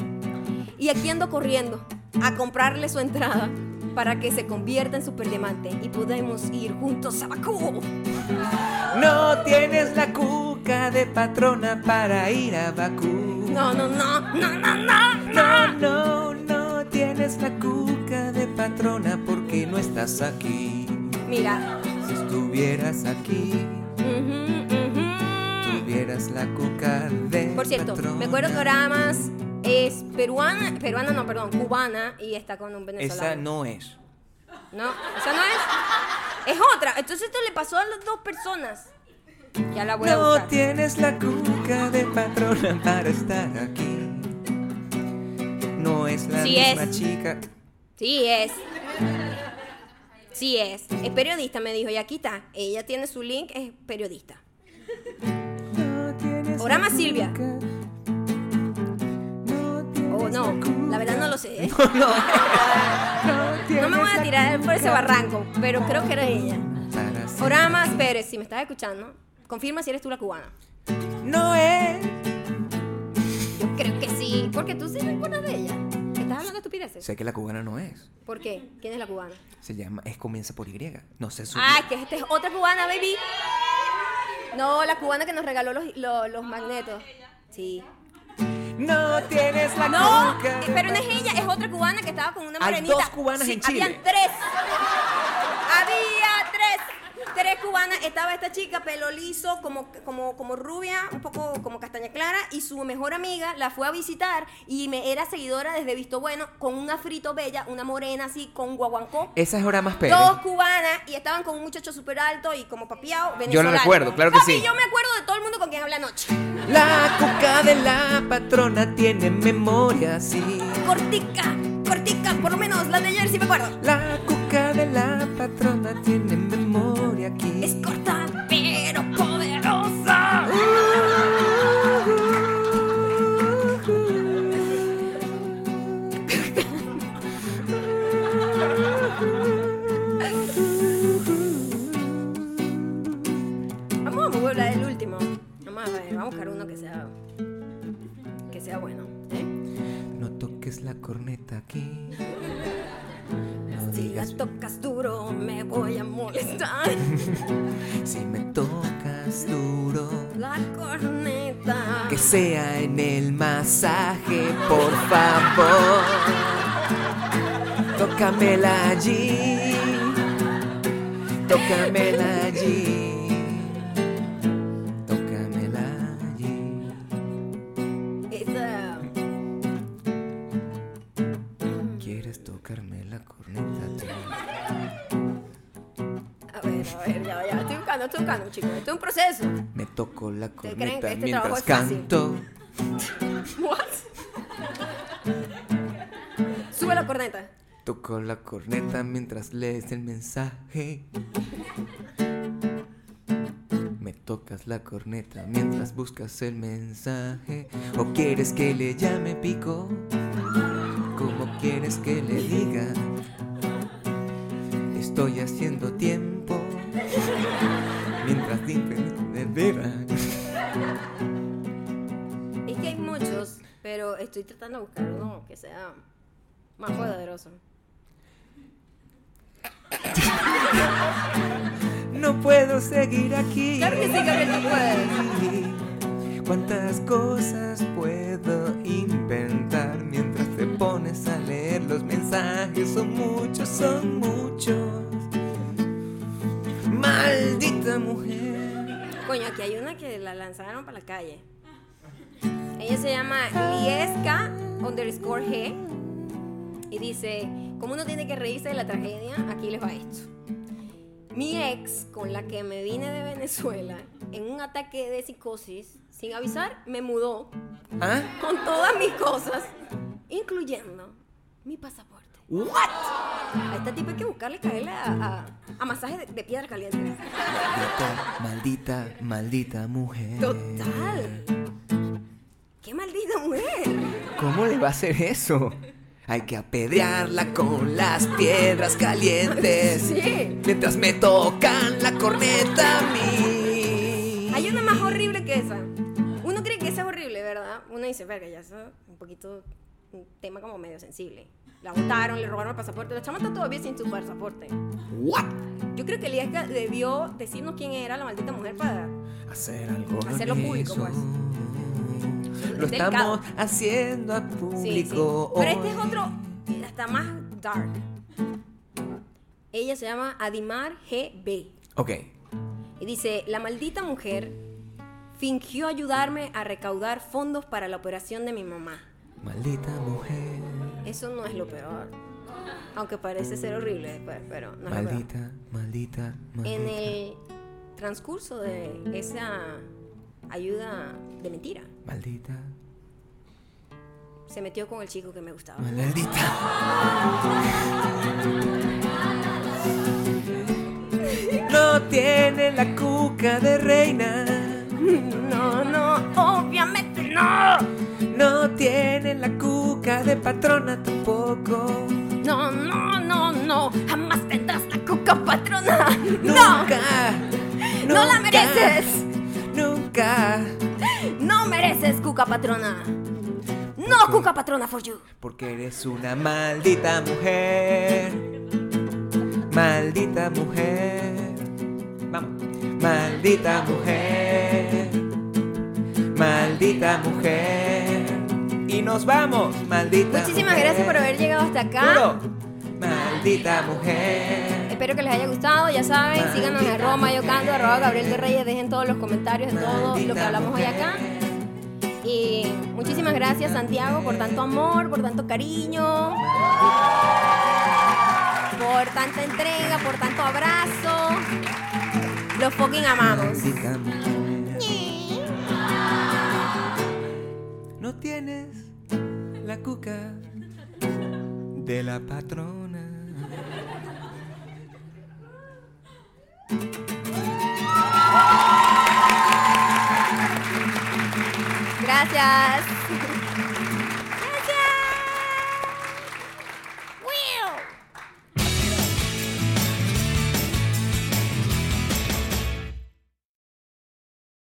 [SPEAKER 1] Y aquí ando corriendo a comprarle su entrada para que se convierta en super diamante y podemos ir juntos a Bakú.
[SPEAKER 2] No tienes la cuca de patrona para ir a Bakú.
[SPEAKER 1] No, no, no, no, no, no, no.
[SPEAKER 2] No, no, no tienes la cuca de patrona porque no estás aquí.
[SPEAKER 1] Mira.
[SPEAKER 2] Si estuvieras aquí,
[SPEAKER 1] Ujú, ujú.
[SPEAKER 2] tuvieras la cuca de
[SPEAKER 1] Por cierto,
[SPEAKER 2] patrona.
[SPEAKER 1] me acuerdo que Oramas es peruana, peruana no, perdón, cubana y está con un venezolano.
[SPEAKER 2] Esa no es.
[SPEAKER 1] No, esa no es. Es otra. Entonces esto le pasó a las dos personas. Ya la voy a
[SPEAKER 2] No
[SPEAKER 1] buscar.
[SPEAKER 2] tienes la cuca de patrona para estar aquí. No es la
[SPEAKER 1] Sí
[SPEAKER 2] misma
[SPEAKER 1] es.
[SPEAKER 2] chica.
[SPEAKER 1] Sí es. Sí es. Es periodista, me dijo. Y aquí está. Ella tiene su link, es periodista.
[SPEAKER 2] No tienes
[SPEAKER 1] Ahora
[SPEAKER 2] la
[SPEAKER 1] más Silvia.
[SPEAKER 2] cuca. No tienes
[SPEAKER 1] O no, la
[SPEAKER 2] cuca.
[SPEAKER 1] verdad no lo sé. ¿eh?
[SPEAKER 2] No
[SPEAKER 1] No me
[SPEAKER 2] tienes
[SPEAKER 1] voy a
[SPEAKER 2] la
[SPEAKER 1] tirar por ese
[SPEAKER 2] cuca
[SPEAKER 1] barranco, pero creo que era ella.
[SPEAKER 2] para ser
[SPEAKER 1] Oramas Pérez, si me estás escuchando, confirma si eres tú la cubana.
[SPEAKER 2] No es.
[SPEAKER 1] Yo creo que sí, porque tú sí te acuerdas de ella. Estás hablando de estupideces.
[SPEAKER 2] Sé que la cubana no es.
[SPEAKER 1] ¿Por qué? ¿Quién es la cubana?
[SPEAKER 2] Se llama, es comienza por Y. No sé su.
[SPEAKER 1] Ay, que esta es otra cubana, baby. No, la cubana que nos regaló los, lo- los magnetos. Sí.
[SPEAKER 2] No tienes la
[SPEAKER 1] No,
[SPEAKER 2] cuca
[SPEAKER 1] eh,
[SPEAKER 2] de
[SPEAKER 1] pero no es
[SPEAKER 2] patrona.
[SPEAKER 1] ella, es otra cubana que estaba con una
[SPEAKER 2] Hay
[SPEAKER 1] morenita.
[SPEAKER 2] dos cubanas
[SPEAKER 1] Sí,
[SPEAKER 2] en Chile.
[SPEAKER 1] Habían tres. Había tres. Tres cubanas. Estaba esta chica, pelo liso, como, como, como rubia, un poco como castaña clara, y su mejor amiga la fue a visitar y me era seguidora desde Visto Bueno, con una frito bella, una morena así, con guaguancó.
[SPEAKER 2] Esa es Oramas Pérez.
[SPEAKER 1] Dos cubanas. mañana y estaban con un muchacho súper alto y como papiao venezolano.
[SPEAKER 2] Yo lo recuerdo, claro que
[SPEAKER 1] Papi,
[SPEAKER 2] sí.
[SPEAKER 1] yo me acuerdo de todo el mundo con quien habla anoche.
[SPEAKER 2] La coca de la patrona tiene memoria, sí.
[SPEAKER 1] Cortica, cortica, por lo menos la de ayer sí me acuerdo.
[SPEAKER 2] La coca de la patrona tiene memoria aquí.
[SPEAKER 1] Es corta, pero poderosa. Vamos, vamos a hablar del último. Vamos a ver, vamos a buscar uno que sea. que sea bueno. ¿eh?
[SPEAKER 2] No toques la corneta aquí. No
[SPEAKER 1] Si la
[SPEAKER 2] digas
[SPEAKER 1] tocas duro, me voy a molestar.
[SPEAKER 2] si me tocas duro.
[SPEAKER 1] La corneta.
[SPEAKER 2] Que sea en el masaje, por favor. Tócamela allí. Tócamela allí. Tócamela allí.
[SPEAKER 1] Esa.
[SPEAKER 2] ¿Quieres tocarme la corneta? tú?
[SPEAKER 1] A ver, a ver, ya, ya. Estoy buscando, estoy buscando, chicos. Esto es un proceso.
[SPEAKER 2] Me toco la
[SPEAKER 1] ¿Ustedes creen
[SPEAKER 2] corneta
[SPEAKER 1] que este
[SPEAKER 2] mientras
[SPEAKER 1] trabajo es fácil?
[SPEAKER 2] canto.
[SPEAKER 1] What? Sube la corneta.
[SPEAKER 2] Toco la corneta mientras lees el mensaje. Me tocas la corneta mientras buscas el mensaje. ¿O quieres que le llame pico? ¿Cómo quieres que le diga? Estoy haciendo tiempo. Mientras dicen de vera.
[SPEAKER 1] Es que hay muchos, pero estoy tratando de buscar uno que sea más poderoso.
[SPEAKER 2] No puedo seguir aquí.
[SPEAKER 1] Claro que sí, Gabriel, tú
[SPEAKER 2] Cuántas cosas puedo inventar mientras te pones a leer los mensajes. Son muchos, son muchos. Maldita mujer.
[SPEAKER 1] Coño, aquí hay una que la lanzaron para la calle. Ella se llama Lieska underscore G y dice, como uno tiene que reírse de la tragedia, aquí les va esto. Mi ex, con la que me vine de Venezuela, en un ataque de psicosis, sin avisar, me mudó
[SPEAKER 2] ¿Ah?
[SPEAKER 1] con todas mis cosas, incluyendo mi pasaporte.
[SPEAKER 2] ¿What?
[SPEAKER 1] A esta tipa hay que buscarle caerle a, a, a masaje de, de piedra caliente.
[SPEAKER 2] Maldita, maldita, maldita mujer.
[SPEAKER 1] Total. ¡Qué maldita mujer!
[SPEAKER 2] ¿Cómo le va a hacer eso? Hay que apedrearla con las piedras calientes.
[SPEAKER 1] Sí.
[SPEAKER 2] Mientras me tocan la corneta a mí.
[SPEAKER 1] Hay una más horrible que esa. Uno cree que esa es horrible, ¿verdad? Uno dice, verga, ya eso es un poquito un tema como medio sensible. La botaron, le robaron el pasaporte. La chama está todavía sin su pasaporte.
[SPEAKER 2] ¿What?
[SPEAKER 1] Yo creo que Lieska debió decirnos quién era la maldita mujer para
[SPEAKER 2] Hacer algo.
[SPEAKER 1] Hacerlo
[SPEAKER 2] con
[SPEAKER 1] público,
[SPEAKER 2] eso.
[SPEAKER 1] pues.
[SPEAKER 2] Lo
[SPEAKER 1] Delicado.
[SPEAKER 2] estamos haciendo a
[SPEAKER 1] Sí, sí.
[SPEAKER 2] público. oh.
[SPEAKER 1] Pero este
[SPEAKER 2] hoy.
[SPEAKER 1] es otro, hasta más dark. Ella se llama Adimar GB.
[SPEAKER 2] Ok.
[SPEAKER 1] Y dice, la maldita mujer fingió ayudarme a recaudar fondos para la operación de mi mamá.
[SPEAKER 2] Maldita mujer.
[SPEAKER 1] Eso no es lo peor. Aunque parece ser horrible después, pero no es lo peor.
[SPEAKER 2] Maldita, maldita, maldita.
[SPEAKER 1] En el transcurso de esa ayuda de mentira,
[SPEAKER 2] Maldita,
[SPEAKER 1] se metió con el chico que me gustaba.
[SPEAKER 2] maldita. No tiene la cuca de reina.
[SPEAKER 1] No, no, obviamente no.
[SPEAKER 2] No tiene la cuca de patrona tampoco.
[SPEAKER 1] No, no, no, no. Jamás tendrás la coca patrona. No,
[SPEAKER 2] Nunca.
[SPEAKER 1] No la
[SPEAKER 2] nunca,
[SPEAKER 1] mereces.
[SPEAKER 2] Nunca.
[SPEAKER 1] no mereces cuca patrona. No cuca patrona for you.
[SPEAKER 2] Porque eres una maldita mujer. Maldita mujer. Vamos. Maldita mujer. Maldita mujer. Y nos vamos, maldita.
[SPEAKER 1] Muchísimas
[SPEAKER 2] mujer.
[SPEAKER 1] gracias por haber llegado hasta acá.
[SPEAKER 2] Duro. Maldita mujer.
[SPEAKER 1] Espero que les haya gustado, ya saben, síganos en arroba mayocando, arroba Gabriel de Reyes, dejen todos los comentarios de todo lo que hablamos hoy acá. Y muchísimas gracias Santiago por tanto amor, por tanto cariño, por tanta entrega, por tanto abrazo. Los fucking amamos.
[SPEAKER 2] Maldita No tienes la cuca de la patrona.
[SPEAKER 1] Gracias.